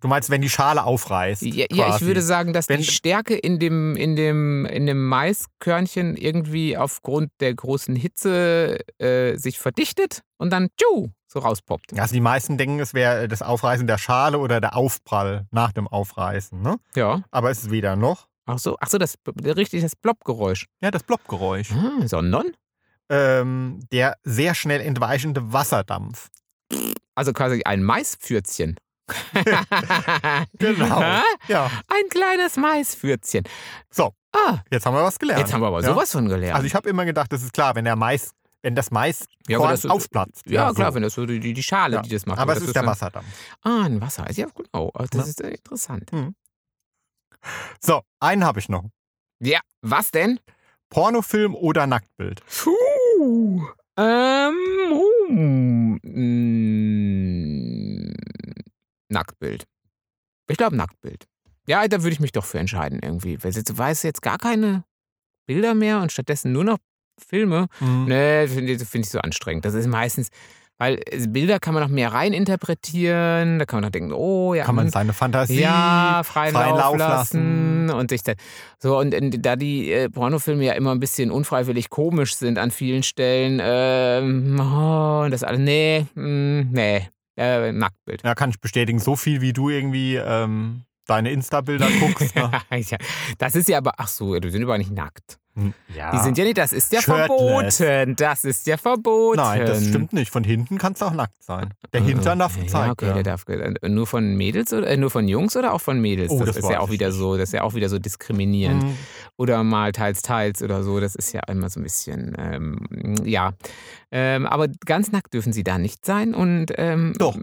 S2: Du meinst, wenn die Schale aufreißt?
S1: Ja, ja ich
S2: quasi.
S1: würde sagen, dass
S2: Wenn-
S1: die Stärke in dem, in, dem, in dem Maiskörnchen irgendwie aufgrund der großen Hitze äh, sich verdichtet und dann tschu, so rauspoppt.
S2: Also die meisten denken, es wäre das Aufreißen der Schale oder der Aufprall nach dem Aufreißen. Ne?
S1: Ja.
S2: Aber es ist weder noch.
S1: Ach so, ach so das richtig das Plop-Geräusch.
S2: Ja, das Blobgeräusch.
S1: Hm, sondern?
S2: Ähm, der sehr schnell entweichende Wasserdampf.
S1: Also quasi ein Maispfürzchen.
S2: Genau.
S1: Hä?
S2: Ja,
S1: Ein kleines Maispfürzchen.
S2: So.
S1: Ah,
S2: jetzt haben wir was gelernt.
S1: jetzt haben wir aber
S2: Ja.
S1: sowas von gelernt.
S2: Also ich habe immer gedacht, das ist klar, wenn der Mais, wenn das Mais
S1: ja, aber das,
S2: aufplatzt.
S1: ja,
S2: so.
S1: klar, wenn das so die, die Schale,
S2: Ja.
S1: die das macht.
S2: Aber
S1: das
S2: es ist der
S1: dann-
S2: Wasserdampf.
S1: Ah, ein Wasser. Ja, genau. Ah, Das
S2: Ja.
S1: ist äh, interessant.
S2: So, einen habe ich noch.
S1: Ja, was denn?
S2: Pornofilm oder Nacktbild?
S1: Puh. Ähm, hm, mm, Nacktbild. Ich glaube, Nacktbild. Ja, da würde ich mich doch für entscheiden irgendwie. Weil jetzt weiß jetzt gar keine Bilder mehr und stattdessen nur noch Filme.
S2: Mhm.
S1: Nee, finde find ich so anstrengend. Das ist meistens, weil äh, Bilder kann man noch mehr reininterpretieren. Da kann man noch denken, oh ja,
S2: Kann man
S1: hm,
S2: seine Fantasie?
S1: ja, freien,
S2: freien
S1: Lauf,
S2: Lauf
S1: lassen. und sich dann so und, äh, da die äh, Pornofilme ja immer ein bisschen unfreiwillig komisch sind an vielen Stellen, ähm, oh, und das alles, nee, mm, nee, äh, Nacktbild.
S2: Ja, kann ich bestätigen. So viel, wie du irgendwie ähm, deine Insta-Bilder guckst. Ne?
S1: Ja, das ist ja aber, ach so, die sind überhaupt nicht nackt.
S2: Hm, ja.
S1: Die sind ja nicht, das ist ja
S2: Ah. Shirtless.
S1: verboten. Das ist ja verboten.
S2: Nein, das stimmt nicht. Von hinten kannst du auch nackt sein. Der Hintern darf gezeigt
S1: ähm. Äh, ja, okay, der
S2: werden.
S1: darf ge- äh, nur von Mädels oder äh, nur von Jungs oder auch von Mädels.
S2: Oh,
S1: das,
S2: das
S1: ist ja
S2: weiß
S1: auch
S2: ich
S1: wieder so, das ist ja auch wieder so diskriminierend.
S2: Mhm.
S1: oder mal teils, teils oder so. Das ist ja immer so ein bisschen, ähm, ja. Ähm, aber ganz nackt dürfen sie da nicht sein und. Ähm,
S2: Doch.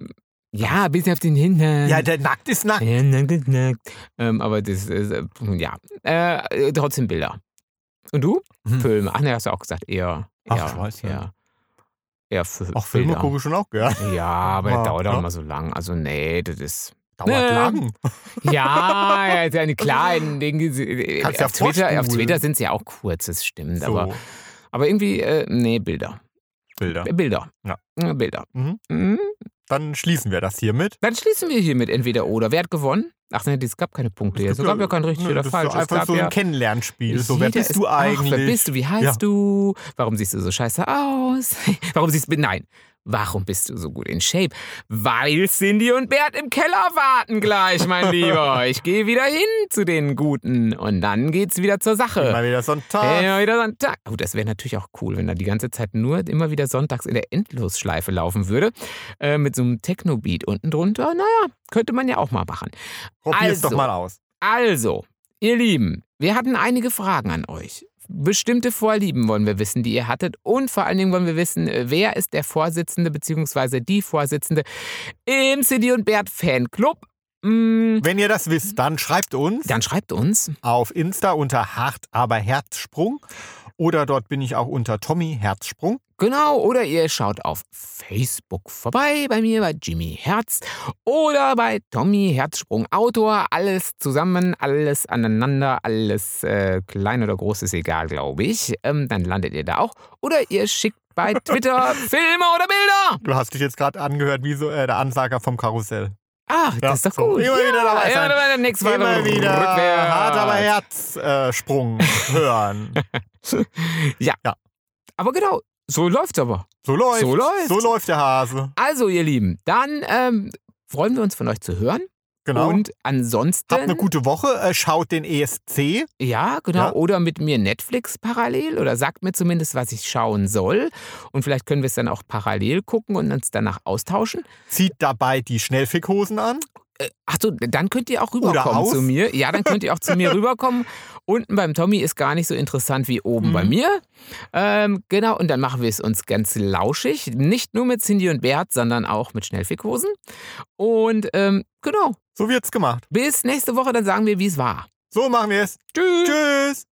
S1: Ja, bis auf den Hintern.
S2: Ja, der nackt ist nackt.
S1: ja, nackt, ist nackt. Ähm, aber das ist, äh, ja. Äh, äh, trotzdem Bilder. Und du?
S2: Hm.
S1: Filme. Ach ne, hast du auch gesagt, eher.
S2: Ach,
S1: eher,
S2: ich weiß nicht.
S1: eher, eher für
S2: Auch Filme
S1: Bilder.
S2: gucke ich schon auch gern.
S1: Ja, aber
S2: Ja, ne?
S1: das dauert auch
S2: ja.
S1: immer so lang. Also, nee, das ist.
S2: Dauert
S1: Nee.
S2: lang.
S1: Ja, ja, deine kleinen Dinge. äh, Auf,
S2: Kannst ja
S1: Twitter, auf
S2: vorspulen.
S1: Twitter sind sie ja auch kurz, das stimmt.
S2: So,
S1: Aber Aber irgendwie, äh, nee, Bilder.
S2: Bilder.
S1: Äh, Bilder.
S2: Ja.
S1: Äh, Bilder.
S2: Mhm.
S1: Mhm.
S2: Dann schließen wir das hiermit.
S1: Dann schließen wir hier mit entweder oder. Wer hat gewonnen? Ach nein, es gab keine Punkte. Es
S2: gibt
S1: gab ja kein richtig
S2: ne,
S1: oder
S2: das ist
S1: falsch.
S2: So
S1: Es
S2: einfach
S1: gab
S2: so ein
S1: ja.
S2: Kennenlernspiel. So, wer
S1: Jeder
S2: bist
S1: ist-
S2: du
S1: Ach, wer
S2: eigentlich?
S1: bist du? Wie heißt
S2: Ja.
S1: du? Warum siehst du so scheiße aus? Warum siehst du. Nein. Warum bist du so gut in Shape? Weil Cindy und Bert im Keller warten gleich, mein Lieber. Ich gehe wieder hin zu den Guten und dann geht's wieder zur Sache.
S2: Mal wieder Sonntag.
S1: Immer wieder Sonntag. Oh, das wäre natürlich auch cool, wenn da die ganze Zeit nur immer wieder sonntags in der Endlosschleife laufen würde. Äh, mit so einem Techno-Beat unten drunter. Naja, könnte man ja auch mal machen.
S2: Probier's doch
S1: also.
S2: mal aus.
S1: Also, ihr Lieben, wir hatten einige Fragen an euch. Bestimmte Vorlieben wollen wir wissen, die ihr hattet. Und vor allen Dingen wollen wir wissen, äh, wer ist der Vorsitzende bzw. die Vorsitzende im Cindy und Bert Fanclub. Mm,
S2: Wenn ihr das wisst, dann schreibt uns
S1: dann schreibt uns.
S2: auf Insta unter hart aber Herzsprung oder dort bin ich auch unter Tommy Herzsprung.
S1: Genau, oder ihr schaut auf Facebook vorbei bei mir, bei Jimmy Herz oder bei Tommy Herzsprung Autor. Alles zusammen, alles aneinander, alles äh, klein oder groß ist egal, glaube ich. Ähm, dann landet ihr da auch. Oder ihr schickt bei Twitter Filme oder Bilder.
S2: Du hast dich jetzt gerade angehört wie so äh, der Ansager vom Karussell.
S1: Ah,
S2: Ja,
S1: das ist doch
S2: so.
S1: gut.
S2: Immer wieder dabei
S1: ja,
S2: sein.
S1: Immer wieder, nächstes Mal
S2: Immer wieder
S1: rückwärts.
S2: hart aber Herzsprung äh, hören.
S1: Aber genau, so läuft's aber.
S2: So läuft,
S1: So läuft's.
S2: so läuft der Hase.
S1: Also, ihr Lieben, dann ähm, freuen wir uns von euch zu hören.
S2: Genau.
S1: Und ansonsten.
S2: Habt eine gute Woche, äh, schaut den ESC.
S1: Ja, genau.
S2: Ja.
S1: Oder mit mir Netflix parallel oder sagt mir zumindest, was ich schauen soll. Und vielleicht können wir es dann auch parallel gucken und uns danach austauschen.
S2: Zieht dabei die Schnellfickhosen an.
S1: Achso, dann könnt ihr auch
S2: Oder
S1: rüberkommen
S2: aus.
S1: zu mir. Ja, dann könnt ihr auch zu mir rüberkommen. Unten beim Tommy ist gar nicht so interessant wie oben
S2: Mhm.
S1: bei mir. Ähm, genau, und dann machen wir es uns ganz lauschig. Nicht nur mit Cindy und Bert, sondern auch mit Schnellfickhosen. Und ähm, genau,
S2: So wird's gemacht.
S1: bis nächste Woche, dann sagen wir, wie es war.
S2: So machen wir es.
S1: Tschüss.
S2: Tschüss.